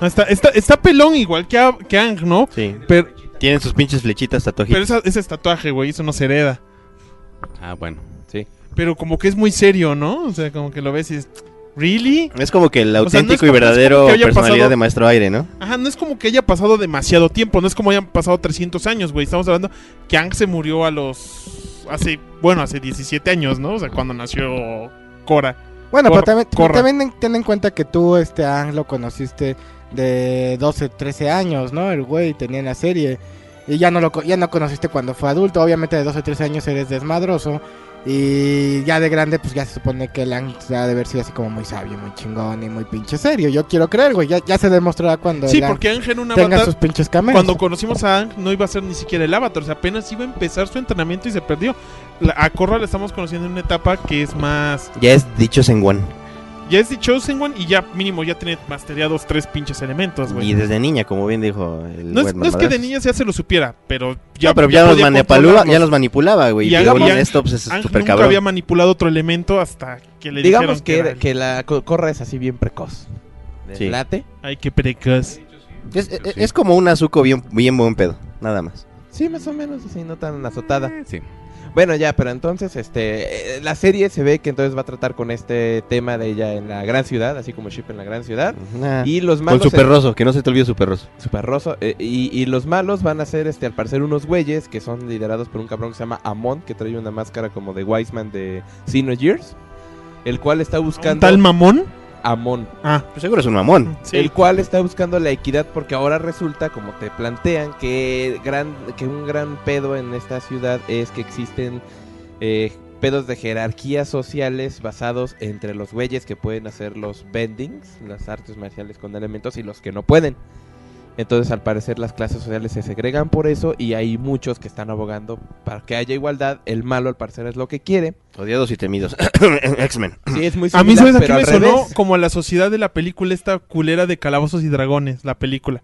No, está, está, está pelón igual que, A- que Ang, ¿no?
Sí.
Pero,
Tienen sus pinches flechitas tatuajitas.
pero esa- ese es tatuaje, güey. Eso no se hereda.
Ah, bueno.
Sí.
Pero como que es muy serio, ¿no? O sea, como que lo ves y es. ¿Really?
Es como que el
O sea, no
auténtico
es como-
y
no es como
verdadero
que haya
personalidad
pasado-
de Maestro Aire, ¿no?
Ajá, no es como que haya pasado demasiado tiempo, no es como hayan pasado 300 años, güey. Estamos hablando que Ang se murió a los. hace. bueno, hace 17 años, ¿no? O sea, cuando nació Cora.
Bueno,
Cor-
pero también,
Corra.
también en- ten en cuenta que tú, este Ang, lo conociste de 12, 13 años, ¿no? El güey tenía en la serie. Y ya no lo co- ya no conociste cuando fue adulto. Obviamente de 12, 13 años eres desmadroso. Y ya de grande, pues ya se supone que el Ang ha de haber sido así como muy sabio, muy chingón y muy pinche serio. Yo quiero creer, güey. Ya, ya se demostrará cuando
Sí,
el Aang
porque Ang era un
tenga
avatar.
sus pinches cameos.
Cuando conocimos a Ang, no iba a ser ni siquiera el avatar. O sea, apenas iba a empezar su entrenamiento y se perdió. La- a Korra la estamos conociendo en una etapa que es más.
Ya es dicho Senguan.
Ya es The Chosen One y ya mínimo ya tiene mastereados tres pinches elementos, güey.
Y desde niña, como bien dijo el
Pues, No es,
buen
no es que de
Mamadar.
niña ya se lo supiera, pero ya.
No, pero ya, los
podía
manipulaba, ya
controlarlos.
los manipulaba, güey.
Y
Y
hagamos-
en esto, pues es
Ang
súper
nunca
cabrón.
había manipulado otro elemento hasta que le
Digamos
dijeron que, era
que,
él.
que la co- corra es así bien precoz.
Sí.
Late.
Ay, qué precoz.
Es, es- es como un azuco bien, bien buen pedo, nada más.
Sí, más o menos, así, no tan azotada. Mm, Sí. Bueno, ya, pero entonces, este, eh, la serie se ve que entonces va a tratar con este tema de ella en la gran ciudad, así como Ship en la gran ciudad.
Nah.
Y los
Con
malos...
Super Rosso, que no se te olvide Super Rosso.
Super Rosso, eh, y, y los malos van a ser, este, al parecer, unos güeyes que son liderados por un cabrón que se llama Amon, que trae una máscara como de Wiseman de Sino Years, el cual está
¿Un
buscando...
tal mamón?
Amon.
Ah,
Pues seguro es un mamón.
sí.
el cual está buscando la equidad porque ahora resulta, como te plantean, que, gran, que un gran pedo en esta ciudad es que existen eh, pedos de jerarquías sociales basados entre los güeyes que pueden hacer los bendings, las artes marciales con elementos, y los que no pueden. Entonces, al parecer, las clases sociales se segregan por eso y hay muchos que están abogando para que haya igualdad. El malo, al parecer, es lo que quiere.
Odiados y temidos. X-Men.
Sí, es muy
A mí,
similar,
¿sabes a qué
pero
me
al
sonó?
revés.
Como a la sociedad de la película esta culera de Calabozos y Dragones, la película.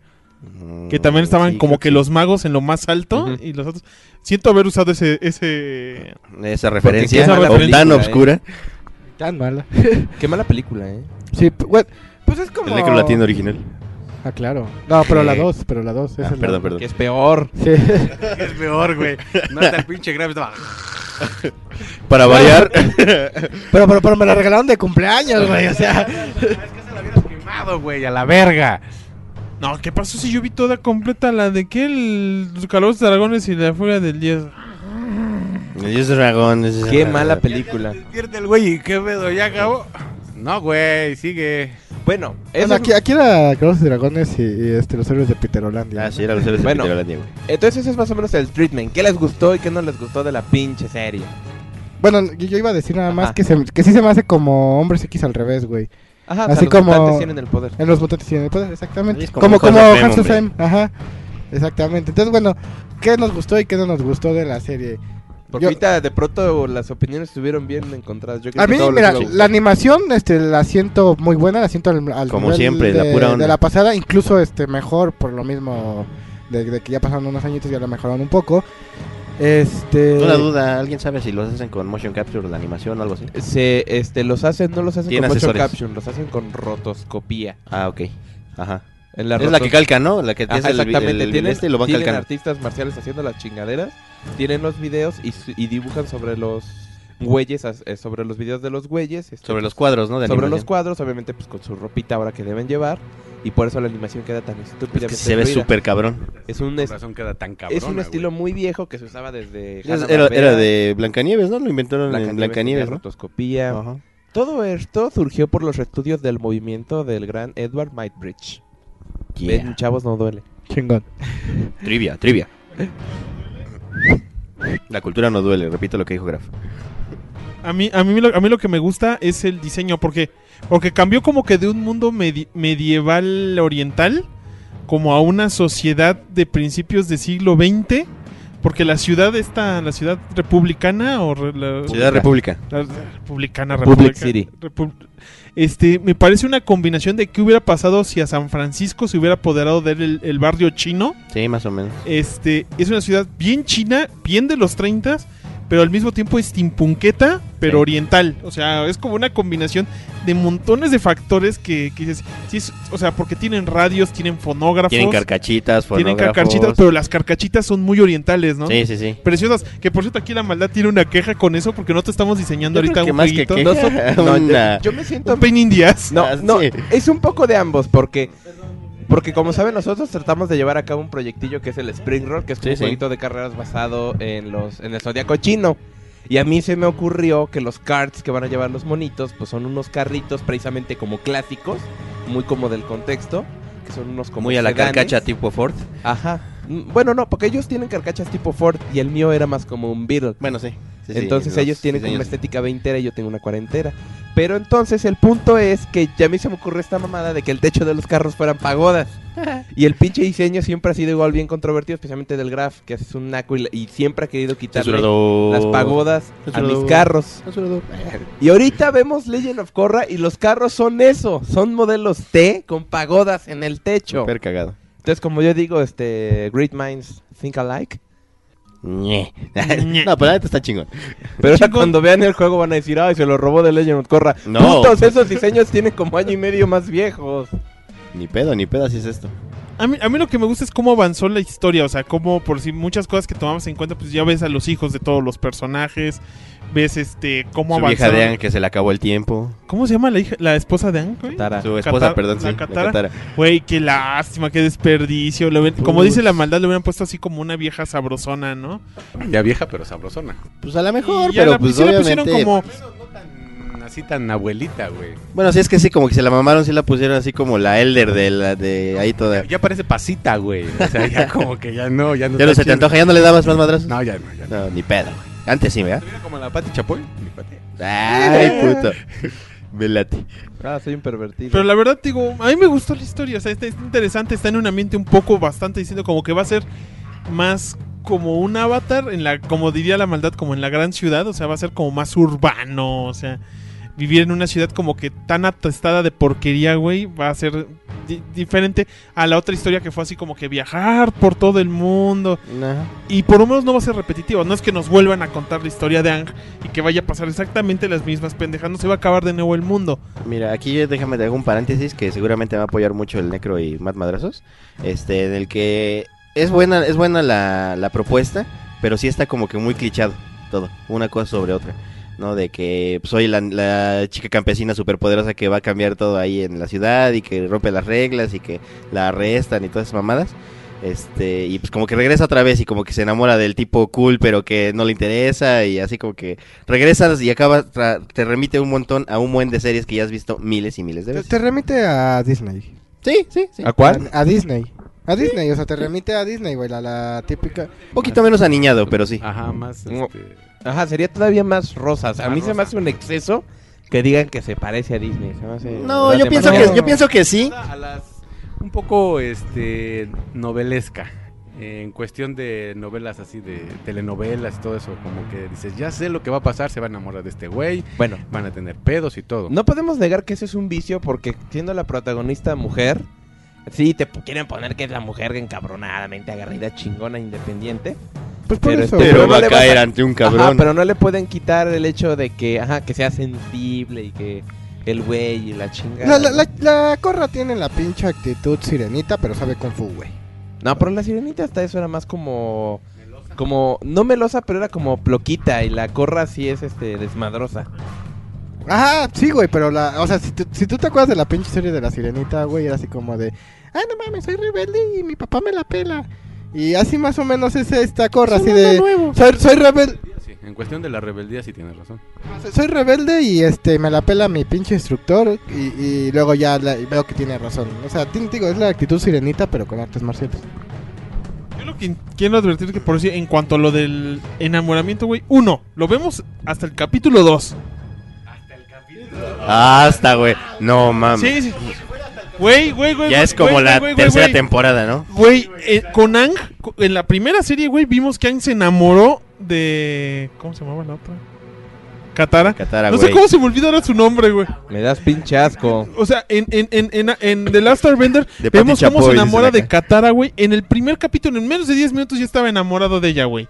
Que también
Mm,
estaban
sí,
como
creo
que los magos en lo más alto
Ujú.
y los otros... Siento haber usado ese... ese...
Esa referencia,
esa
o
referencia,
tan
eh.
obscura.
Tan mala.
Qué mala película, ¿eh?
Sí, p- güey, pues es como...
El negro latino original.
Ah, claro. No, pero la
Sí.
2, pero la 2. esa
Ah,
es la-
perdón,
Que
perdón.
es peor.
Sí.
es peor, güey. No hasta el pinche grave estaba.
"Ah,
Para variar,
Pero, pero, pero me la regalaron de cumpleaños, güey. O sea,
Es que se lo hubieras quemado, güey, a la verga.
No, ¿qué pasó si yo vi toda completa la de que el los calores de dragones y la furia del 10?
Dios dragón. Dios
Qué
dragón.
mala película.
Pierde el güey, ¿y qué pedo, ya acabó. No, güey, sigue.
Bueno,
Bueno, aquí, aquí era Carlos Dragones y, y, este, los héroes de Peterolandia.
Ah, sí, era los héroes de
Bueno.
Peterolandia, güey.
Entonces ese es más o menos el treatment. ¿Qué les gustó y qué no les gustó de la pinche serie?
Bueno, yo yo iba a decir nada más
Ajá.
que, se, que sí se me hace como Hombres X al revés, güey.
Ajá, o sea,
Así
los
como
mutantes tienen el poder.
En los mutantes tienen el poder, exactamente.
Ahí es como
como
Hall
como
of Fame,
Hans
hombre.
Zim, ajá. Exactamente. Entonces, bueno, ¿qué nos gustó y qué no nos gustó de la serie?
Porque
Yo-
ahorita de pronto las opiniones estuvieron bien encontradas. Yo creo
A
que
mí,
todos les
mira,
iba a gustar.
la animación este, la siento muy buena, la siento al, al
Como
nivel
siempre, la
de,
pura onda.
de la pasada, incluso este mejor por lo mismo de, de que ya pasaron unos añitos ya la mejoraron un poco. Este
Una duda, ¿alguien sabe si los hacen con motion capture, la animación o algo así?
se este los hacen no los hacen con
Tiene
motion
asesores.
caption, los hacen con rotoscopía.
Ah, ok. Ajá.
En
Es la
rotos-
que calca, ¿no? La que
Ajá,
hace el vi-
exactamente,
el- el
tienen,
este y lo van
tienen
calcando.
artistas marciales haciendo las chingaderas, tienen los videos y, su- y dibujan sobre los güeyes as- eh, sobre los videos de los güeyes, este,
Sobre los cuadros, ¿no? De
sobre los
animación.
cuadros, obviamente pues con su ropita ahora que deben llevar y por eso la animación queda tan estúpidamente
Es que se ve
fluida.
súper cabrón.
Es un
Por
es-
razón queda tan
es un
cabrona,
estilo muy viejo que se usaba desde
Es- Era,
Hanna-Barbera,
era de Blancanieves, ¿no? Lo inventaron en
tenía
Blancanieves, ¿no?
rotoscopía.
Ajá.
Todo esto surgió por los estudios del movimiento del gran Edward Mightbridge.
Yeah.
Ven, chavos, no duele.
chingón.
Trivia, trivia. La cultura no duele, repito lo que dijo Graf.
A mí, a, mí lo, a mí lo que me gusta es el diseño, porque, porque cambió como que de un mundo medi- medieval oriental como a una sociedad de principios del siglo XX, porque la ciudad esta, la ciudad republicana o... re- la-
Ciudad República.
La- la republicana,
Republic
republica-
City.
repub- este, me parece una combinación de qué hubiera pasado si a San Francisco se hubiera apoderado de él el- el barrio chino.
Sí, más o menos.
Este, es una ciudad bien china, bien de los 30, pero al mismo tiempo es timpunqueta, pero
Sí.
oriental. O sea, es como una combinación de montones de factores que, que dices, sí es- o sea, porque tienen radios, tienen fonógrafos,
Tienen carcachitas,
tienen
fonógrafos.
carcachitas, pero las carcachitas son muy orientales, ¿no?
Sí, sí, sí.
Preciosas, que por cierto aquí la maldad tiene una queja con eso porque no te estamos diseñando
Yo creo
ahorita
que
un
más que
jueguito.
queja,
No, so- no,
una-
yo, yo me siento.
Un Pain in the ass.
No,
Ah,
no,
sí.
es un poco de ambos, porque. Porque como saben, nosotros tratamos de llevar a cabo un proyectillo que es el Spring Roll, que es
Sí,
un
sí.
jueguito de carreras basado en los en el zodiaco chino. Y a mí se me ocurrió que los carts que van a llevar los monitos, pues son unos carritos precisamente como clásicos, muy como del contexto, que son unos como
Muy a la
sedanes.
carcacha tipo Ford.
Ajá. Mm, Bueno, no, porque ellos tienen carcachas tipo Ford y el mío era más como un Beetle.
Bueno, sí. sí, sí,
Entonces
los
ellos tienen como una
diseños.
estética veintera y yo tengo una cuarentera. Pero entonces el punto es que ya a mí se me ocurrió esta mamada de que el techo de los carros fueran pagodas. y el pinche diseño siempre ha sido igual bien controvertido, especialmente del Graf, que es un naco y, y siempre ha querido quitarle
Censurado.
las pagodas a mis
Censurado.
carros.
Censurado.
Eh,
Y ahorita vemos Legend of Korra y los carros son eso, son modelos T con pagodas en el techo.
Súper cagado.
Entonces, como yo digo, este Great Minds Think Alike.
Ñe. no, pero la neta está chingón.
Pero ahora cuando vean el juego van a decir, ay, se lo robó de Legend of Korra.
No.
Putos, esos diseños tienen como año y medio más viejos.
Ni pedo, ni pedo, así es esto.
A mí, a mí lo que me gusta es cómo avanzó la historia, o sea, cómo por si muchas cosas que tomamos en cuenta, pues ya ves a los hijos de todos los personajes, ves este cómo
Su vieja
avanzaron.
de Anne que se le acabó el tiempo.
¿Cómo se llama la hija, la esposa de Ang? güey?
Tara.
Su esposa,
Katara-
perdón,
la
sí. la
Katara.
Katara.
Güey, qué lástima, qué desperdicio. Lo hubieran- como dice la maldad, lo hubieran puesto así como una vieja sabrosona, ¿no?
güey. Ya vieja, pero sabrosona.
Pues a lo mejor,
Y ya
pero
la-
pues
sí la
obviamente.
pusieron como
Mm, Así tan abuelita, güey.
Bueno, sí es que sí, como que se la mamaron, sí la pusieron así como la elder de la de ahí toda.
Ya parece pasita, güey. O sea, ya como que ya no, ya no.
Ya no
está
se te
chido.
antoja, ya no le dabas más madrazos.
No, ya no, ya no.
No, ni pedo, güey. Antes sí, ¿verdad?
Mira como la Pati Chapoy. mi Pati.
Ay, puto. Me late.
Ah, soy un pervertido.
Pero la verdad, digo, a mí me gustó la historia. O sea, está, está interesante. Está en un ambiente un poco bastante diciendo como que va a ser más como un avatar, en la, como diría la maldad, como en la gran ciudad. O sea, va a ser como más urbano. O sea, vivir en una ciudad como que tan atestada de porquería, güey, va a ser di- diferente a la otra historia que fue así como que viajar por todo el mundo. Y por lo menos no va a ser repetitivo. No es que nos vuelvan a contar la historia de Ang y que vaya a pasar exactamente las mismas pendejas. No se va a acabar de nuevo el mundo.
Mira, aquí yo déjame te hago un paréntesis que seguramente me va a apoyar mucho el Necro y Matt Madrazos. Este, en el que es buena, es buena la, la propuesta, pero sí está como que muy clichado todo, una cosa sobre otra. ¿no? De que soy la, la chica campesina superpoderosa que va a cambiar todo ahí en la ciudad y que rompe las reglas y que la arrestan y todas esas mamadas. Este, y pues como que regresa otra vez y como que se enamora del tipo cool pero que no le interesa y así como que regresas y acaba, tra- te remite un montón a un buen de series que ya has visto miles y miles de
Te,
veces.
te Ah, remite a Disney.
Sí, sí, sí. ¿A cuál?
A, a Disney. A Disney, o sea, te remite a Disney, güey, la, la típica.
Un poquito menos aniñado, pero sí.
Ajá, más.
este, Ajá, sería todavía más rosas. A
Más
mí se me hace un exceso que digan que se parece a Disney. se me hace-
No,
se me
yo
hace
pienso
demasiado.
que, yo pienso que sí.
A las- un poco este novelesca. eh, En cuestión de novelas así, de telenovelas y todo eso, como que dices, ya sé lo que va a pasar, se va a enamorar de este güey,
Bueno.
van a tener pedos y todo.
No podemos negar que eso es un vicio porque siendo la protagonista mujer, sí, te p- quieren poner que es la mujer encabronadamente agarrida, chingona, independiente.
Pues
por eso. Pero este va a
le vas
caer ante un cabrón.
Ajá, pero no le pueden quitar el hecho de que, ajá, que sea sensible y que el güey y la chingada.
La, la, la, la corra tiene la pinche actitud sirenita, pero sabe Kung Fu, güey.
No, pero la sirenita hasta eso era más como... Como, no melosa, pero era como ploquita y la corra sí es este desmadrosa.
Ajá, sí, güey, pero la. O sea, si tú, si tú te acuerdas de la pinche serie de la sirenita, güey, era así como de. Ah, no mames, soy rebelde y mi papá me la pela. Y así más o menos es esta corra, así de. Soy, soy rebelde.
Sí, en cuestión de la rebeldía sí tienes razón.
Soy rebelde y este me la pela mi pinche instructor y, y luego ya la- y veo que tiene razón. O sea, ti- digo, es la actitud sirenita pero con artes marciales.
Yo lo que quiero advertir que por decir, en cuanto a lo del enamoramiento, güey, uno, lo vemos hasta el capítulo 2.
Hasta, güey. Ah, No mames.
Sí, sí. Güey, güey, güey.
Ya
güey,
es como
güey,
la
güey, güey,
tercera
güey.
temporada, ¿no?
Güey, eh, con Ang, co- en la primera serie, güey, vimos que Ang se enamoró de. ¿Cómo se llamaba la otra? Katara.
Katara,
no sé
güey.
cómo se me olvidó ahora su nombre, güey.
Me das pinche asco.
O sea, en, en, en, en, en The Last Airbender
De
vemos
Pati
cómo se
Chapoy,
enamora
dicen
de
acá.
Katara, güey. En el primer capítulo, en menos de 10 minutos, ya estaba enamorado de ella, güey.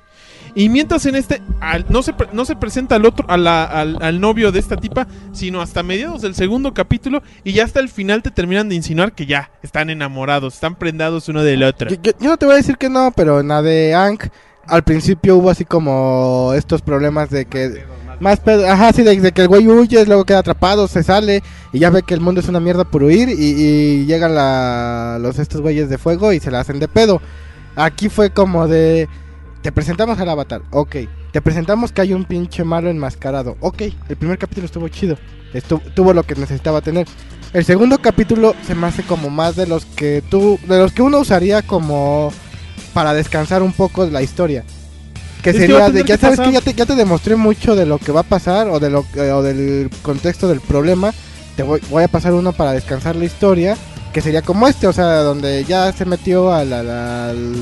Y mientras en este, al- no, se, pre- no se presenta al otro, a la- al, al novio de esta tipa, sino hasta mediados del segundo capítulo y ya hasta el final te terminan de insinuar que ya están enamorados, están prendados uno del otro.
Yo, yo- yo no te voy a decir que no, pero en la de Ankh al principio hubo así como estos problemas de que más pedo, ajá, sí, de, de que el güey huye, luego queda atrapado, se sale y ya ve que el mundo es una mierda por huir y, y llegan la- los estos güeyes de fuego y se la hacen de pedo. Aquí fue como de te presentamos al avatar, ok. Te presentamos que hay un pinche malo enmascarado, ok. El primer capítulo estuvo chido, estu- tuvo lo que necesitaba tener. El segundo capítulo se me hace como más de los que tú, de los que uno usaría como para descansar un poco de la historia. Que
Es que va
sería
a
de,
tener
ya
que
sabes
pasar.
que ya te, ya te demostré mucho de lo que va a pasar o, de lo, que- o del contexto del problema. Te voy, voy a pasar uno para descansar la historia, que sería como este, o sea, donde ya se metió al, al- al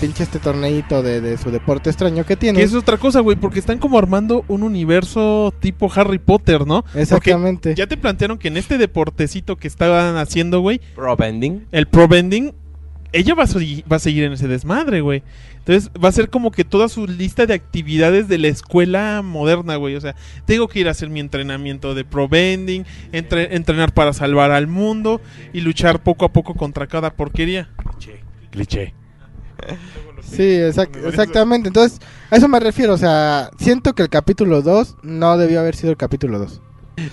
pinche este torneito de, de su deporte extraño que tiene.
Que es otra cosa, güey, porque están como armando un universo tipo Harry Potter, ¿no? Porque
Exactamente.
ya te plantearon que en este deportecito que estaban haciendo, güey,
Pro bending.
el pro bending, ella va a, segui- va a seguir en ese desmadre, güey. Entonces va a ser como que toda su lista de actividades de la escuela moderna, güey. O sea, tengo que ir a hacer mi entrenamiento de pro bending, entre- entrenar para salvar al mundo y luchar poco a poco contra cada porquería.
Cliché.
Sí, exact- exactamente. Entonces, a eso me refiero. O sea, siento que el capítulo 2 no debió haber sido el capítulo 2.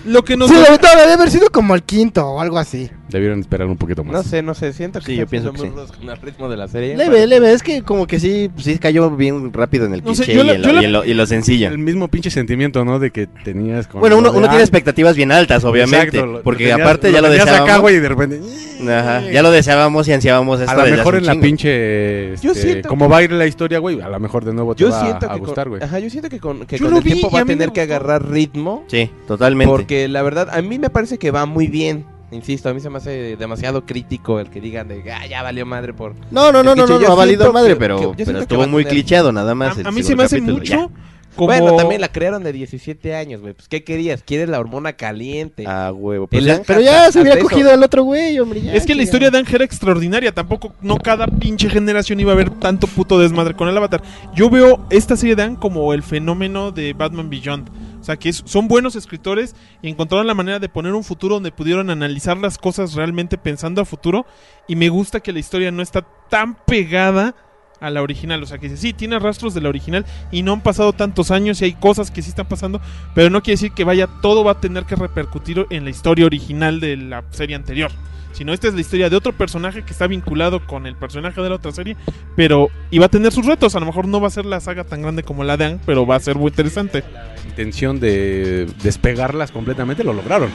Lo que nos
Sí, no, debió haber sido como el quinto o algo así.
Debieron esperar un poquito más.
No sé, no sé, siento que
Sí, yo
están
pienso
siendo
que
muy rudos con el ritmo de la serie.
Leve, leve, es que como que sí, sí cayó bien rápido en el
No sé,
cliché
yo
y,
la-
en
yo
lo,
la-
y en lo- y lo sencillo.
El mismo pinche sentimiento, ¿no? De que tenías con...
Bueno, uno,
lo de,
uno tiene
"Ay,
expectativas bien altas, obviamente.
Exacto, lo-
porque
lo tenías-
aparte ya lo
tenías
deseábamos.
acá, güey, y de repente...
Ajá, ya lo deseábamos y ansiábamos esto
A lo
desde
mejor
hace
en
un
la
chingo.
pinche...
Yo
este,
siento
Como va a ir la historia, güey, a lo mejor de nuevo te
Yo
va
siento que
a
con-
gustar, güey.
Ajá, yo siento que con, que
Yo
con
lo
el
vi
tiempo
y
va
a
a
mí me
tener que
gustó.
agarrar ritmo.
Sí, totalmente.
Porque la verdad, a mí me parece que va muy bien. Insisto, a mí se me hace demasiado crítico el que digan de, "Ah, ya valió madre por...
No, no, no,
El
no,
cliché, yo
no, no ha
siento
valido
que-
madre,
que-
pero,
yo siento
pero
que
estuvo
va a
muy
tener-
clicheado nada más. el
A, a mí se
segundo
me hace
capítulo,
mucho como...
Bueno, también la crearon de 17 años, güey. Pues, ¿qué querías? ¿Quieres la hormona caliente?
ya. Ah, huevo.
El
Pero, ya-
Anca
pero
hasta-
ya se
hasta
hubiera
eso.
cogido al otro güey, hombre.
Es
ya,
que la
chingada.
historia de Ángel era extraordinaria. Tampoco, no cada pinche generación iba a ver tanto puto desmadre con el Avatar. Yo veo esta serie de Ang como el fenómeno de Batman Beyond. O sea, que es- son buenos escritores y encontraron la manera de poner un futuro donde pudieron analizar las cosas realmente pensando a futuro. Y me gusta que la historia no está tan pegada a la original. O sea, que dice, sí, tiene rastros de la original y no han pasado tantos años y hay cosas que sí están pasando, pero no quiere decir que vaya, todo va a tener que repercutir en la historia original de la serie anterior. Sino esta es la historia de otro personaje que está vinculado con el personaje de la otra serie, pero y va a tener sus retos. A lo mejor no va a ser la saga tan grande como la de Ang, pero va a ser muy interesante.
intención de despegarlas completamente lo lograron.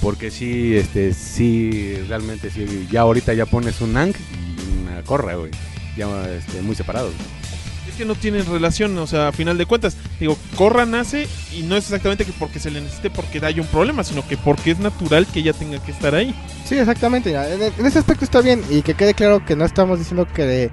Porque sí, este, sí, realmente sí. Ya ahorita ya pones un Ang y una Corra, güey. Ya este, muy separados.
Es que no tienen relación, o sea, a final de cuentas, digo, Corra nace y no es exactamente que porque se le necesite porque haya un problema, sino que porque es natural que ella tenga que estar ahí.
Sí, exactamente. mira, En, en ese aspecto está bien y que quede claro que no estamos diciendo que,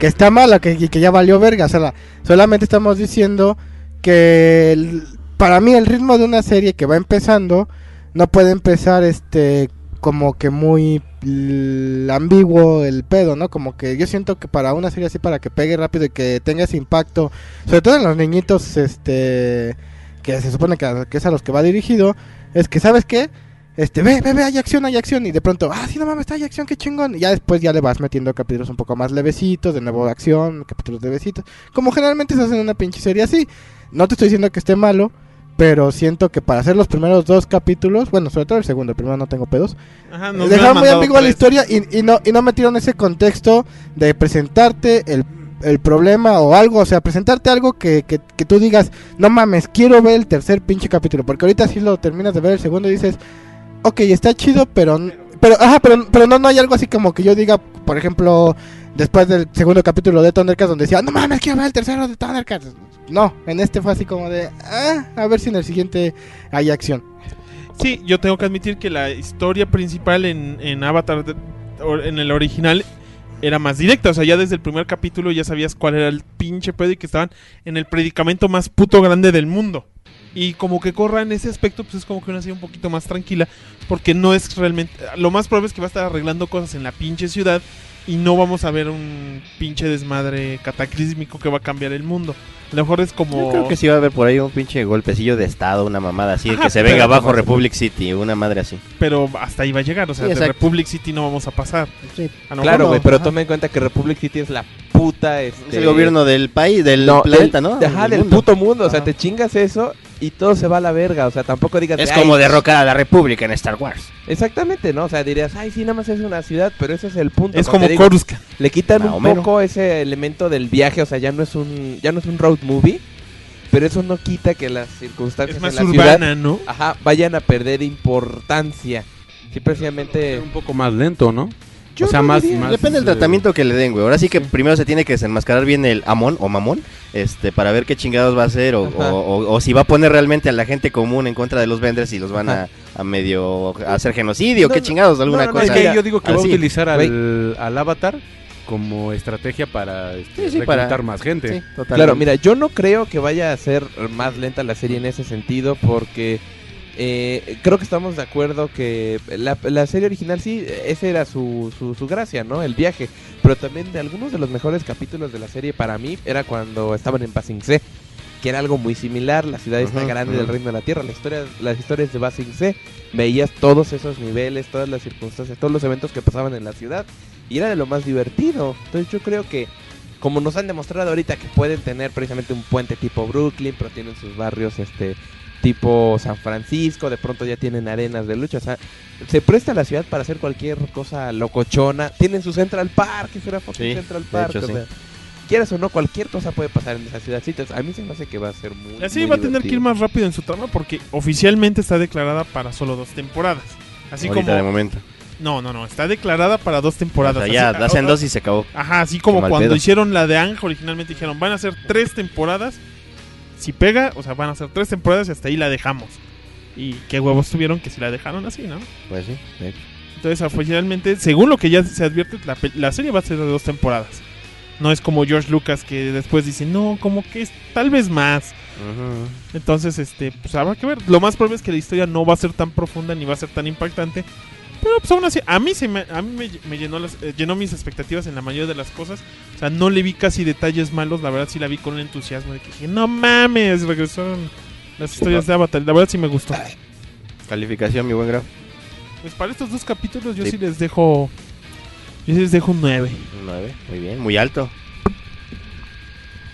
que está mala que, y que ya valió verga. O sea, la- solamente estamos diciendo que el- para mí el ritmo de una serie que va empezando no puede empezar este como que muy l- ambiguo el pedo, ¿no? Como que yo siento que para una serie así, para que pegue rápido y que tenga ese impacto, sobre todo en los niñitos, este, que se supone que, a- que es a los que va dirigido, es que, ¿sabes qué? Este, ve, ve, ve, hay acción, hay acción. Y de pronto, ah, sí, no mames, está, hay acción, qué chingón. Y ya después ya le vas metiendo capítulos un poco más levecitos, de nuevo acción, capítulos levecitos. Como generalmente se hace en una pinche serie así. No te estoy diciendo que esté malo, pero siento que para hacer los primeros dos capítulos, bueno, sobre todo el segundo, el primero no tengo pedos.
Ajá, nos
Dejaron
hubieran
muy
mandado
ambigua la
tres.
historia y, y no, y no metieron ese contexto de presentarte el, el problema o algo, o sea, presentarte algo que, que, que tú digas, no mames, quiero ver el tercer pinche capítulo, porque ahorita si lo terminas de ver el segundo y dices, ok, está chido, pero... n- Pero, ajá, pero, pero no, no hay algo así como que yo diga, por ejemplo, después del segundo capítulo de Thundercats, donde decía, no mames, quiero ver el tercero de Thundercats. No, en este fue así como de, ah, a ver si en el siguiente hay acción.
Sí, yo tengo que admitir que la historia principal en, en Avatar, de- or- en el original, era más directa. O sea, ya desde el primer capítulo ya sabías cuál era el pinche pedo y que estaban en el predicamento más puto grande del mundo. Y como que corra en ese aspecto, pues es como que una serie un poquito más tranquila, porque no es realmente... Lo más probable es que va a estar arreglando cosas en la pinche ciudad y no vamos a ver un pinche desmadre cataclísmico que va a cambiar el mundo. A lo mejor es como...
Yo creo que sí va a haber por ahí un pinche golpecillo de estado, una mamada así, de
Ajá,
que se
pero-
venga abajo Republic City, una madre así.
Pero hasta ahí va a llegar, o sea,
Sí,
de
exacto.
Republic City no vamos a pasar.
Sí.
A lo mejor
Claro,
Ah, no.
güey, pero
Ajá.
tome en cuenta que Republic City es la puta. Este...
Es el gobierno del país, del
No,
planeta,
el-
¿no?
Ajá, del,
mundo.
puto mundo.
Ah.
O sea, te chingas eso y todo se va a la verga. O sea, tampoco digas.
Es
"Ay,
como derrocar a la República en Star Wars.
Exactamente, ¿no? O sea, dirías, ay, sí, nada más es una ciudad, pero ese es el punto.
Es
¿no?
como
Te digo,
Coruscant.
Le quitan
Más o
un
menos.
poco ese elemento del viaje, o sea, ya no es un ya no es un road movie, pero eso no quita que las circunstancias
Es más
en la
urbana,
ciudad
¿no?
ajá, vayan a perder importancia. Sí, precisamente
Un poco más lento, ¿no?
Yo
o sea,
no
más,
diría.
más,
Depende del
eh,
tratamiento que le den, güey. Ahora sí que primero se tiene que desenmascarar bien el amón o mamón, este, para ver qué chingados va a hacer o,
Ajá.
o- o- o si va a poner realmente a la gente común en contra de los venders y los van a,
Ajá.
a medio a hacer genocidio,
No,
qué
no,
chingados,
no,
alguna
no, no,
cosa.
es que
que yo digo que va a
así.
utilizar
güey.
al, al avatar como estrategia para este,
Sí, sí, para-
reclutar más gente.
Sí, totalmente.
eh, Claro, mira, yo no creo que vaya a ser más lenta la serie en ese sentido porque eh, creo que estamos de acuerdo que la, la serie original sí, esa era su, su, su gracia, ¿no? El viaje. Pero también de algunos de los mejores capítulos de la serie para mí era cuando estaban en Basing C, que era algo muy similar, la ciudad está
Ujú,
grande
ujú.
del reino de la tierra, la historia, las historias de Basing C, veías todos esos niveles, todas las circunstancias, todos los eventos que pasaban en la ciudad y era de lo más divertido. Entonces yo creo que como nos han demostrado ahorita que pueden tener precisamente un puente tipo Brooklyn, pero tienen sus barrios este tipo San Francisco, de pronto ya tienen arenas de lucha, o sea, se presta la ciudad para hacer cualquier cosa locochona, tienen su Central Park, que será fucking
Sí,
Central
de
Park,
hecho,
o
sí.
sea, quieras o no, cualquier cosa puede pasar en esa ciudad, Sí, entonces, a mí se me hace que va a ser muy
Así
muy
Eh, va a tener que ir
divertido.
más rápido en su trama porque oficialmente está declarada para solo dos temporadas. Así
Ahorita de
como...
momento.
No, no, no, está declarada para dos temporadas.
O sea, ya
Así-
hacen
a-
dos y se acabó.
Ajá, así como
Qué mal
cuando
pedo.
hicieron la de Ang, originalmente dijeron, van a ser tres temporadas. Si pega, o sea, van a ser tres temporadas y hasta ahí la dejamos. Y qué huevos tuvieron que si la dejaron así, ¿no?
Pues sí, de hecho.
Entonces, oficialmente, según lo que ya se advierte, la, pe- la serie va a ser de dos temporadas. No es como George Lucas que después dice, no, como que es tal vez más.
Ujú.
Entonces, este, pues habrá que ver. Lo más probable es que la historia no va a ser tan profunda ni va a ser tan impactante. Pero pues aún así, a mí, se me, a mí me, me llenó, las, eh, llenó mis expectativas en la mayoría de las cosas. O sea, no le vi casi detalles malos. La verdad sí la vi con un entusiasmo de que dije, no mames, regresaron las historias de Avatar. La verdad sí me gustó.
Calificación, mi buen graf.
Pues para estos dos capítulos yo
Sí.
sí les dejo... Yo sí les dejo un 9.
Un 9, muy bien, muy alto.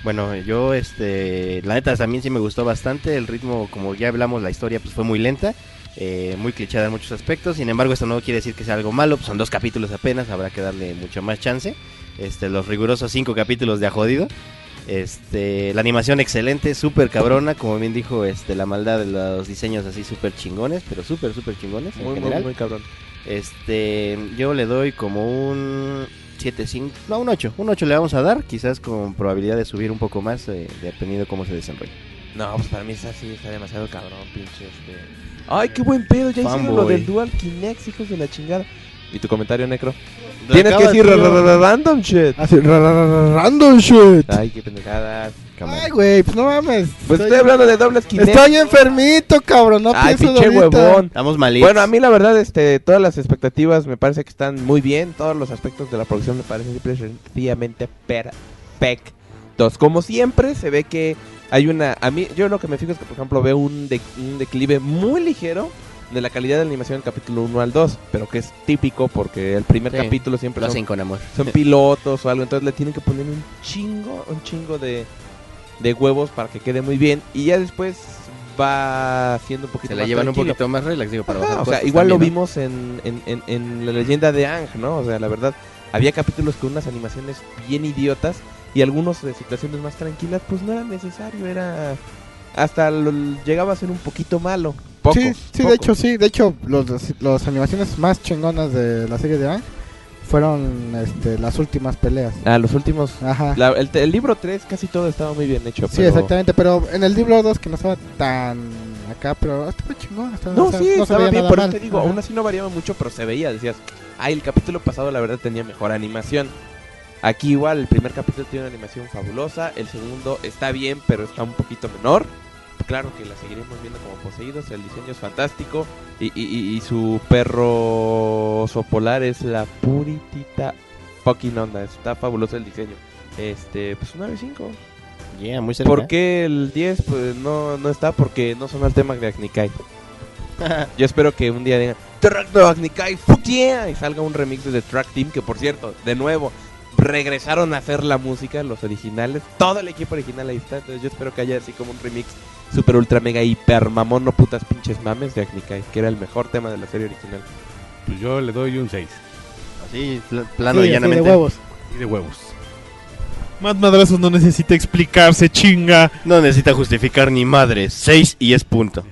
Bueno, yo, este, la neta también sí me gustó bastante. El ritmo, como ya hablamos, la historia pues fue muy lenta, eh, muy clichada en muchos aspectos. Sin embargo, esto no quiere decir que sea algo malo. pues, son dos capítulos apenas, habrá que darle mucho más chance. Este, los rigurosos cinco capítulos de a jodido. Este, la animación excelente, súper cabrona, como bien dijo, este, la maldad de los diseños así súper chingones, pero súper, súper chingones. en
Muy, muy,
general.
muy cabrón.
Este, yo le doy como un 7, 5, no, un 8. Un 8 le vamos a dar, quizás con probabilidad de subir un poco más, eh, dependiendo cómo se desenrolle.
No, pues para mí es así, está demasiado cabrón, pinche este. Ay, qué buen pedo, ya hicieron lo
Fanboy.
del Dual Kinex, hijos de la chingada. ¿Y tu comentario, Necro?
Lo
Tienes que
acabas,
decir ra-
tío.
ra- ra- random shit.
Así, ra- ra- ra- random shit.
Ay, qué pendejadas.
Ay, güey, pues no mames.
Pues estoy hablando de dobles Kinect.
Estoy enfermito, cabrón, no
Ay,
pienso
pinche
ahorita.
huevón.
Estamos malitos.
Bueno, a mí la verdad, este, todas las expectativas me parece que están muy bien. Todos los aspectos de la producción me parecen simplemente perfectos. Como siempre, se ve que hay una. A mí, yo lo que me fijo es que, por ejemplo, veo un, de- un declive muy ligero de la calidad de la animación del capítulo 1 al 2, pero que es típico porque el primer
Sí,
capítulo siempre
lo
son-
hacen con amor.
son pilotos o algo, entonces le tienen que poner un chingo, un chingo de, de huevos para que quede muy bien y ya después va siendo un poquito
Se la
más
llevan un
tranquilo.
poquito más relax, digo, para
Ajá,
bajar
Ah, o sea,
costos
igual lo
también, ¿no?
vimos en, en- en- en la leyenda de Ang, ¿no? O sea, la verdad, había capítulos con unas animaciones bien idiotas y algunos de situaciones más tranquilas, pues no era necesario, era hasta lo- llegaba a ser un poquito malo. Poco,
sí, sí,
poco.
de hecho, sí. De hecho, los, los- las animaciones más chingonas de la serie de Ang fueron este, las últimas peleas.
Ah, los últimos.
Ajá.
la- el, el libro 3 casi todo estaba muy bien hecho.
Sí,
pero-
exactamente, pero en el libro 2 que no estaba tan acá, pero estaba chingón. estaba-
No,
o sea,
sí,
se
estaba
veía
bien,
nada
por eso
mal.
te digo,
Ajá.
aún así no variaba mucho, pero se veía, decías, ay, el capítulo pasado la verdad tenía mejor animación. Aquí igual, el primer capítulo tiene una animación fabulosa, el segundo está bien, pero está un poquito menor. Claro que la seguiremos viendo como poseídos, el diseño es fantástico y, y- y- y su perro oso polar es la puritita fucking onda, está fabuloso el diseño. Este, pues 9.5.
Yeah, muy cerca.
¿Por qué el 10 pues, no, no está? Porque no sonó el tema de Agnikai. Yo espero que un día digan Track de Agnikai, fuck yeah", Y salga un remix de The Track Team, que por cierto, de nuevo, regresaron a hacer la música, los originales, todo el equipo original ahí está. Entonces yo espero que haya así como un remix super ultra mega hiper mamón, no putas pinches mames de Agnikai, que era el mejor tema de la serie original.
Pues yo le doy un 6.
Así,
plano Sí, y así, de llanamente. huevos.
Y de huevos.
Más madrazos no necesita explicarse, chinga.
No necesita justificar ni madre. 6 y es punto.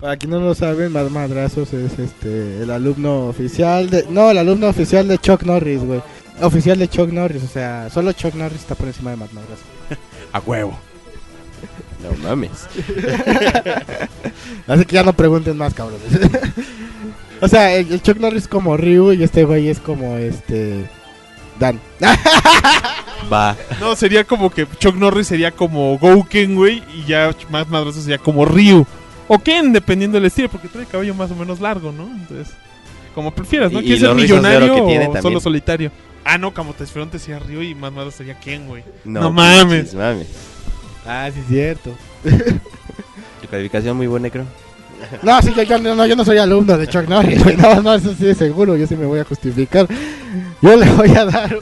Para quienes no lo saben, Más Madrazos es este el alumno oficial de no, el alumno oficial de Chuck Norris, güey. Oficial de Chuck Norris, o sea, solo Chuck Norris está por encima de Más Madrazos.
A huevo.
No mames.
Así que ya no pregunten más, cabrones. o sea, el, el Chuck Norris es como Ryu y este güey es como este Dan.
Va.
No, sería como que Chuck Norris sería como Gouken, güey, y ya más madrazo sería como Ryu. O Ken, dependiendo del estilo, porque trae cabello más o menos largo, ¿no? Entonces, como prefieras, ¿no?
Y-
¿Quieres
y
ser
los rizos de oro
millonario
que tiene
o
también.
solo solitario? Ah, no, como Tesferonte sería Ryu y más madrazo sería Ken, güey. No,
No,
mames.
pinches mames.
Ah, sí es cierto.
Tu calificación muy buena, creo.
No, sí, yo, yo no, no, yo no soy alumno de Chuck Norris, güey. No, no, eso sí de seguro, yo sí me voy a justificar. Yo le voy a dar.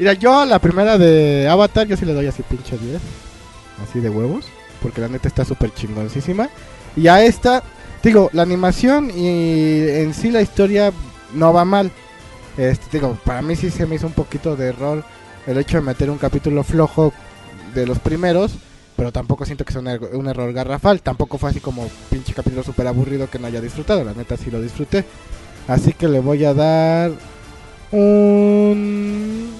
Mira, yo a la primera de Avatar, yo sí le doy así pinche 10. Así de huevos. Porque la neta está súper chingoncísima. Y a esta, digo, la animación y en sí la historia no va mal. Este, digo, para mí sí se me hizo un poquito de error el hecho de meter un capítulo flojo de los primeros, pero tampoco siento que sea un, er- un error garrafal. Tampoco fue así como pinche capítulo súper aburrido que no haya disfrutado. La neta sí lo disfruté. Así que le voy a dar un,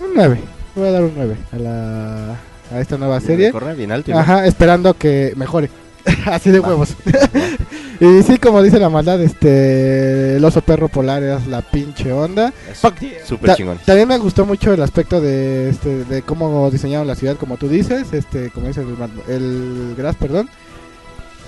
un 9. Voy a dar un 9 a, la, a esta nueva
Bien
serie.
recorre, bien alto, ¿no?
Ajá, esperando que mejore. así de
Va.
huevos. y sí, como dice la maldad, este el oso perro polar es la pinche onda.
Súper
Ta-
chingón.
También me gustó mucho el aspecto de, este, de cómo diseñaron la ciudad, como tú dices, este, como dice el, Mad- el Grass, perdón.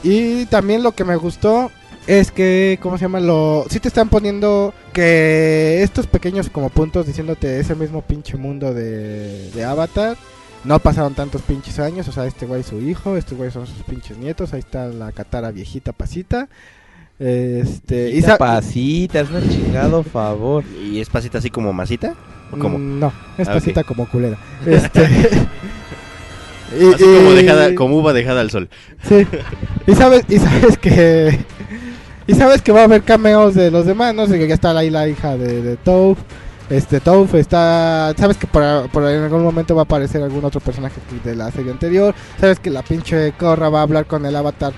Y también lo que me gustó es que, ¿cómo se llama? Lo, sí te están poniendo que estos pequeños como puntos diciéndote ese mismo pinche mundo de, de Avatar. No pasaron tantos pinches años, o sea, este güey es su hijo, estos güey son sus pinches nietos, ahí está la Catara viejita pasita. Este, y sa-
pasitas, un chingado favor.
¿Y es pasita así como masita? ¿O cómo?
Mm, No, es
Ah, ok.
pasita como culera. Este, Y-
Así como,
y-
dejada, como uva dejada al sol.
Sí. Y sabes, y sabes que. Y sabes que va a haber cameos de los demás, ¿no? sé que ya está ahí la hija de, de Toph. Este Toph está. Sabes que por, por en algún momento va a aparecer algún otro personaje de la serie anterior. Sabes que la pinche Corra va a hablar con el avatar.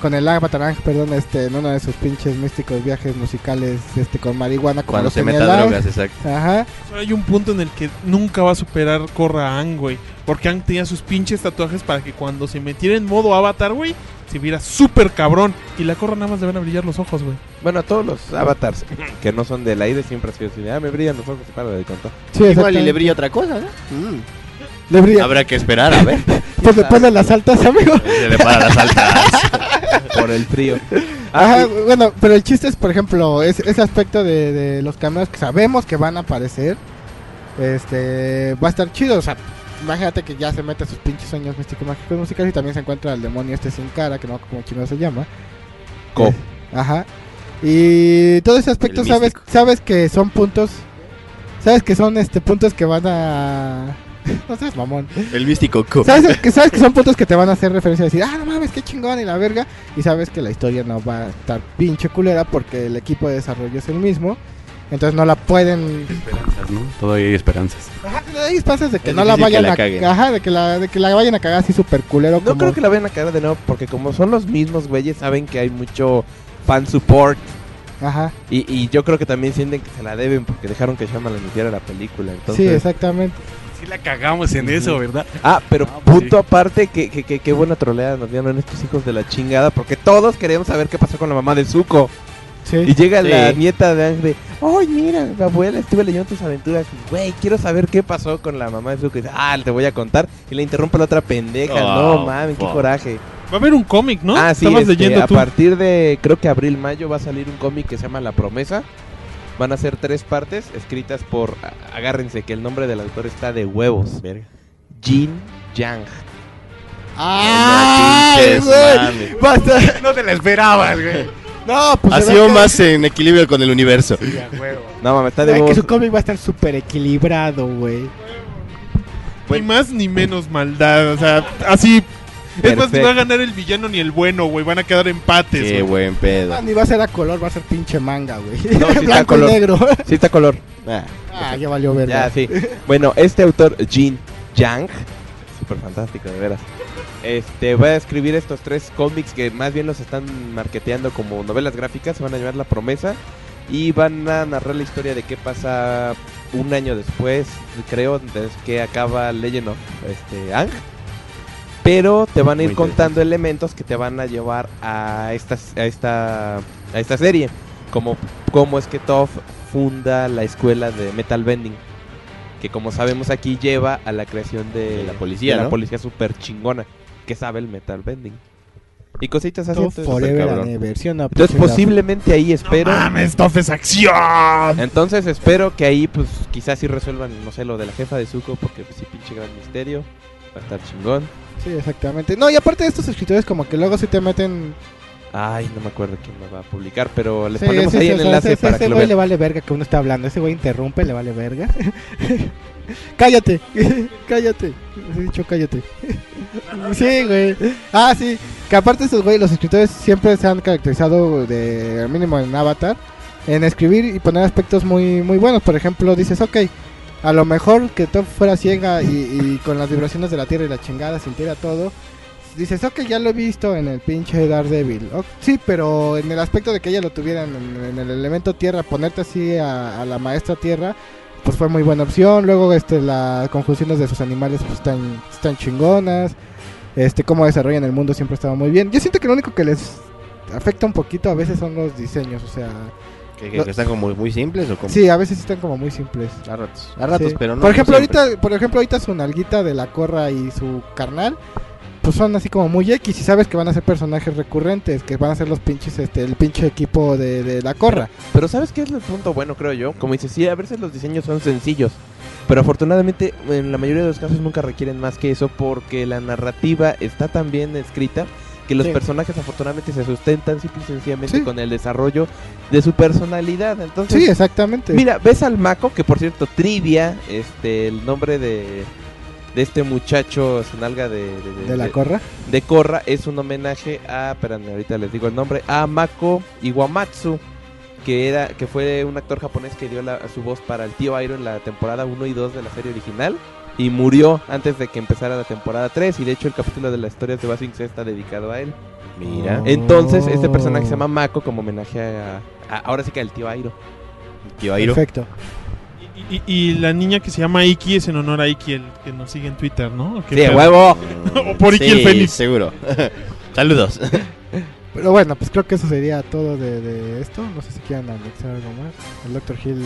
Con el avatar, Ang, perdón, este, en uno de sus pinches místicos viajes musicales, este, con marihuana. como
Cuando
lo
se meta
señala.
drogas, exacto.
Ajá.
O sea, Hay un punto en el que nunca va a superar Korra a Aang, güey. Porque Aang tenía sus pinches tatuajes para que cuando se metiera en modo avatar, güey, se viera súper cabrón. Y la Korra nada más le van a brillar los ojos, güey.
Bueno, a todos los avatars que no son del aire siempre ha sido así. de, Ah, me brillan los ojos, para de contar.
Sí,
Igual y
exactamente.
le brilla otra cosa, ¿no? Mm.
Le brilla.
Habrá que esperar, a ver.
Pues después de las altas, amigo.
Se le para las altas.
Por el frío. Ah,
Ajá, bueno, pero el chiste es, por ejemplo, es, ese aspecto de, de los cameos que sabemos que van a aparecer. Este, va a estar chido, o sea, imagínate que ya se mete a sus pinches sueños místicos, mágicos, musicales y también se encuentra el demonio este sin cara, que no como chino se llama. Eh,
Co.
Ajá. Y todo ese aspecto
El
sabes sabes que son puntos sabes que son este puntos que van a no seas mamón.
El místico Q.
¿Sabes que, sabes que son puntos que te van a hacer referencia a decir, ah, no mames, qué chingón y la verga. Y sabes que la historia no va a estar pinche culera porque el equipo de desarrollo es el mismo. Entonces no la pueden.
¿no? Todavía hay esperanzas.
Ajá, no hay esperanzas de que
Es
no la
difícil que
vayan
la
a
caguen.
Ajá, de que la, de que la vayan a cagar así súper culero.
No creo que la vayan a cagar de nuevo porque como son los mismos güeyes, saben que hay mucho fan support.
Ajá.
Y, y yo creo que también sienten que se la deben porque dejaron que Shyamalan hiciera la película. Entonces,
Sí, exactamente.
Sí la cagamos en eso, ¿verdad?
Ah, pero
pues
punto aparte, que, que, que- qué buena troleada nos dieron estos hijos de la chingada porque todos queremos saber qué pasó con la mamá de Zuko. Y
Sí.
llega la
Sí.
nieta de Ángel de, ay, mira, mi abuela, estuve leyendo tus aventuras. y, Güey, quiero saber qué pasó con la mamá de Zuko. Y dice, ah, te voy a contar. Y le interrumpe la otra pendeja.
Oh,
no, mames, qué
fuck.
coraje.
Va a haber un cómic, ¿no?
Ah, sí,
Estabas
este,
leyendo
a
tú.
partir de, creo que abril, mayo, va a salir un cómic que se llama La Promesa. Van a ser tres partes escritas por, a- agárrense, que el nombre del autor está de huevos. Jin Yang.
¡Ay,
No
güey!
mames.
Va a estar-
No te la esperabas, güey.
No, pues.
Ha
se
sido
ve que-
más en equilibrio con el universo.
No, mames, está
se ve
de
que
huevos.
su cómic va a estar súper equilibrado, güey.
Ni más ni menos maldad. O sea, así. Es más, ni
Perfecto.
va a ganar el villano ni el bueno, güey. Van a quedar empates. güey.
Qué buen pedo.
Ah, Ni va a ser a color, va a ser pinche manga, güey.
No, sí está
Blanco y
color.
negro.
Sí, está color.
Ah,
ah, ya valió verga.
Ya, sí. Bueno, este autor, Jin Yang, súper fantástico, de veras. Este, va a escribir estos tres cómics que más bien los están marketeando como novelas gráficas. Se van a llevar La Promesa y van a narrar la historia de qué pasa un año después, creo, desde que acaba Legend of este, Ang. Pero te van a ir
Muy
contando elementos que te van a llevar a, estas, a, esta, a esta serie. Como cómo es que Toph funda la escuela de Metal Bending. Que como sabemos aquí lleva a la creación de,
De la policía,
de la
¿no?
policía super chingona. Que sabe el Metal Bending. Y cositas así.
Top
Entonces,
Forever eh,
cabrón.
and Ever, ¿sí o no,
Entonces,
pinche Rafa?
posiblemente ahí espero.
Mames, Toph es acción.
Entonces espero que ahí pues quizás sí resuelvan, no sé, lo de la jefa de Zuko, porque pues sí pinche gran misterio. Va a estar chingón.
Sí, exactamente. No, y aparte de estos escritores como que luego sí te meten...
Ay, no me acuerdo quién lo va a publicar, pero les
Sí,
ponemos
sí,
ahí
sí,
el
o sea,
enlace
ese-
para
ese
que lo
güey le
vean.
vale verga que uno está hablando. Ese güey interrumpe, le vale verga. cállate, cállate. Les he dicho cállate. sí, güey. Ah, sí. Que aparte estos güey, los escritores siempre se han caracterizado de al mínimo en Avatar en escribir y poner aspectos muy muy buenos. Por ejemplo, dices, ok, a lo mejor que Top fuera ciega y, y con las vibraciones de la tierra y la chingada sintiera todo. Dices, ok, ya lo he visto en el pinche Daredevil. Ok, sí, pero en el aspecto de que ella lo tuviera en, en el elemento tierra, ponerte así a, a la maestra tierra, pues fue muy buena opción. Luego, este, las conjunciones de sus animales pues, están, están chingonas. Este, cómo desarrollan el mundo siempre estaba muy bien. Yo siento que lo único que les afecta un poquito a veces son los diseños, o sea,
¿Que, que- que están como muy simples o como?
sí, a veces están como muy simples.
A ratos. A ratos,
Sí.
pero no.
Por ejemplo,
no siempre.
ahorita, por ejemplo, ahorita su nalguita de la corra y su carnal, pues son así como muy X y sabes que van a ser personajes recurrentes, que van a ser los pinches, este, el pinche equipo de, de la corra.
Pero ¿sabes qué es el punto bueno, creo yo? Como dices, sí, a veces los diseños son sencillos. Pero afortunadamente, en la mayoría de los casos nunca requieren más que eso porque la narrativa está tan bien escrita que los
Sí.
personajes afortunadamente se sustentan simple y sencillamente
Sí.
con el desarrollo de su personalidad. Entonces,
Sí, exactamente.
Mira, ves al Maco, que por cierto, trivia, este, el nombre este, de, de este muchacho Senalga de... ¿De,
¿De la Corra?
Eh,
De Corra, es un homenaje a... Espérame, ahorita les digo el nombre. A Mako Iwamatsu, que, era, que fue un actor japonés que dio la- su voz para el tío Iron en la temporada 1 y 2 de la serie original. Y murió antes de que empezara la temporada 3. Y de hecho el capítulo de las historias de Basing se está dedicado a él.
Mira.
Entonces, este personaje se llama Mako como homenaje a... a- ahora sí que al tío Airo.
Tío Airo.
Perfecto.
Y, y- y la niña que se llama Iki es en honor a Iki, el que nos sigue en Twitter, ¿no? ¿Qué
Sí,
pedo?
huevo.
o por Iki
Mm, Sí,
el Fénix.
Seguro. Saludos.
Pero bueno, pues creo que eso sería todo de, de esto. No sé si quieran anexar algo más. El Dr. Hill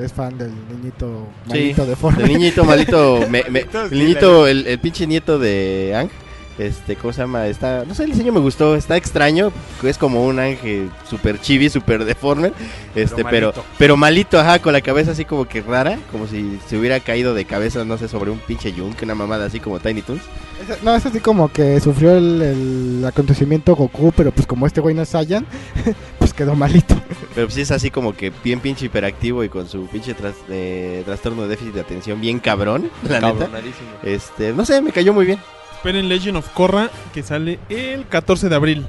es fan del niñito malito
Sí,
deforme.
del niñito malito. me- me- el
sí,
niñito, el, el pinche nieto de Ang. Este, ¿cómo se llama? Está, no sé, el diseño me gustó, está extraño, es como un ángel super chibi, super deforme, este, pero,
malito.
pero, malito, ajá, con la cabeza así como que rara, como si se hubiera caído de cabeza, no sé, sobre un pinche yunk, una mamada así como Tiny Toons.
Ese- No, es así como que sufrió el, el acontecimiento Goku, pero pues como este güey no es Saiyan, pues quedó malito.
Pero pues sí es así como que bien pinche hiperactivo y con su pinche tras- eh, trastorno de déficit de atención bien cabrón, la neta.
Cabronadísimo.
Este, no sé, me cayó muy bien.
Esperen Legend of Korra, que sale el 14 de abril.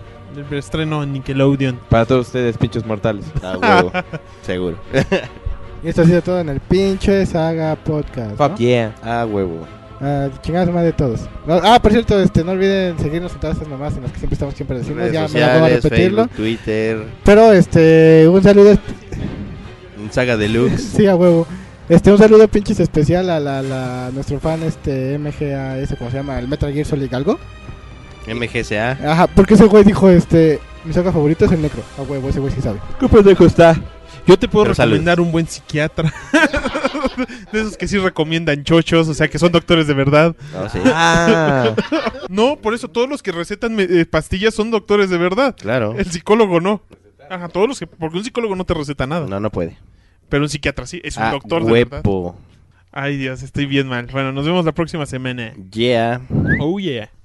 El estreno en Nickelodeon.
Para todos ustedes, pinchos mortales.
Ah, huevo. Seguro.
Y esto ha sido todo en el pinche saga podcast. ¿no?
Fuck yeah.
Ah, huevo.
Ah, chingadas más de todos. No, ah, por cierto, este, no olviden seguirnos en todas esas mamás en las que siempre estamos siempre decimos.
Redes
ya me da hueva
sociales,
repetirlo.
Facebook, Twitter,
Pero este, un saludo.
Saga Deluxe.
Sí, a huevo. Este, un saludo pinches especial a la, la- nuestro fan este MGAS, ¿cómo se llama? El Metal Gear Solid algo.
MGCA.
Ajá, porque ese güey dijo este, mi saga favorita es el Necro. A huevo, ese güey sí sabe.
¿Qué pendejo está?
Yo te puedo
Pero
recomendar un buen psiquiatra. de esos que sí recomiendan chochos, o sea, que son doctores de verdad.
No, sí.
Ah.
No, por eso todos los que recetan eh, pastillas son doctores de verdad.
Claro.
El psicólogo no. Ajá, todos los que. Porque un psicólogo no te receta nada.
No, no puede.
Pero un psiquiatra sí, es un
Ah,
doctor de verdad.
huevo.
Ay, Dios, estoy bien mal. Bueno, nos vemos la próxima semana.
Yeah.
Oh, yeah.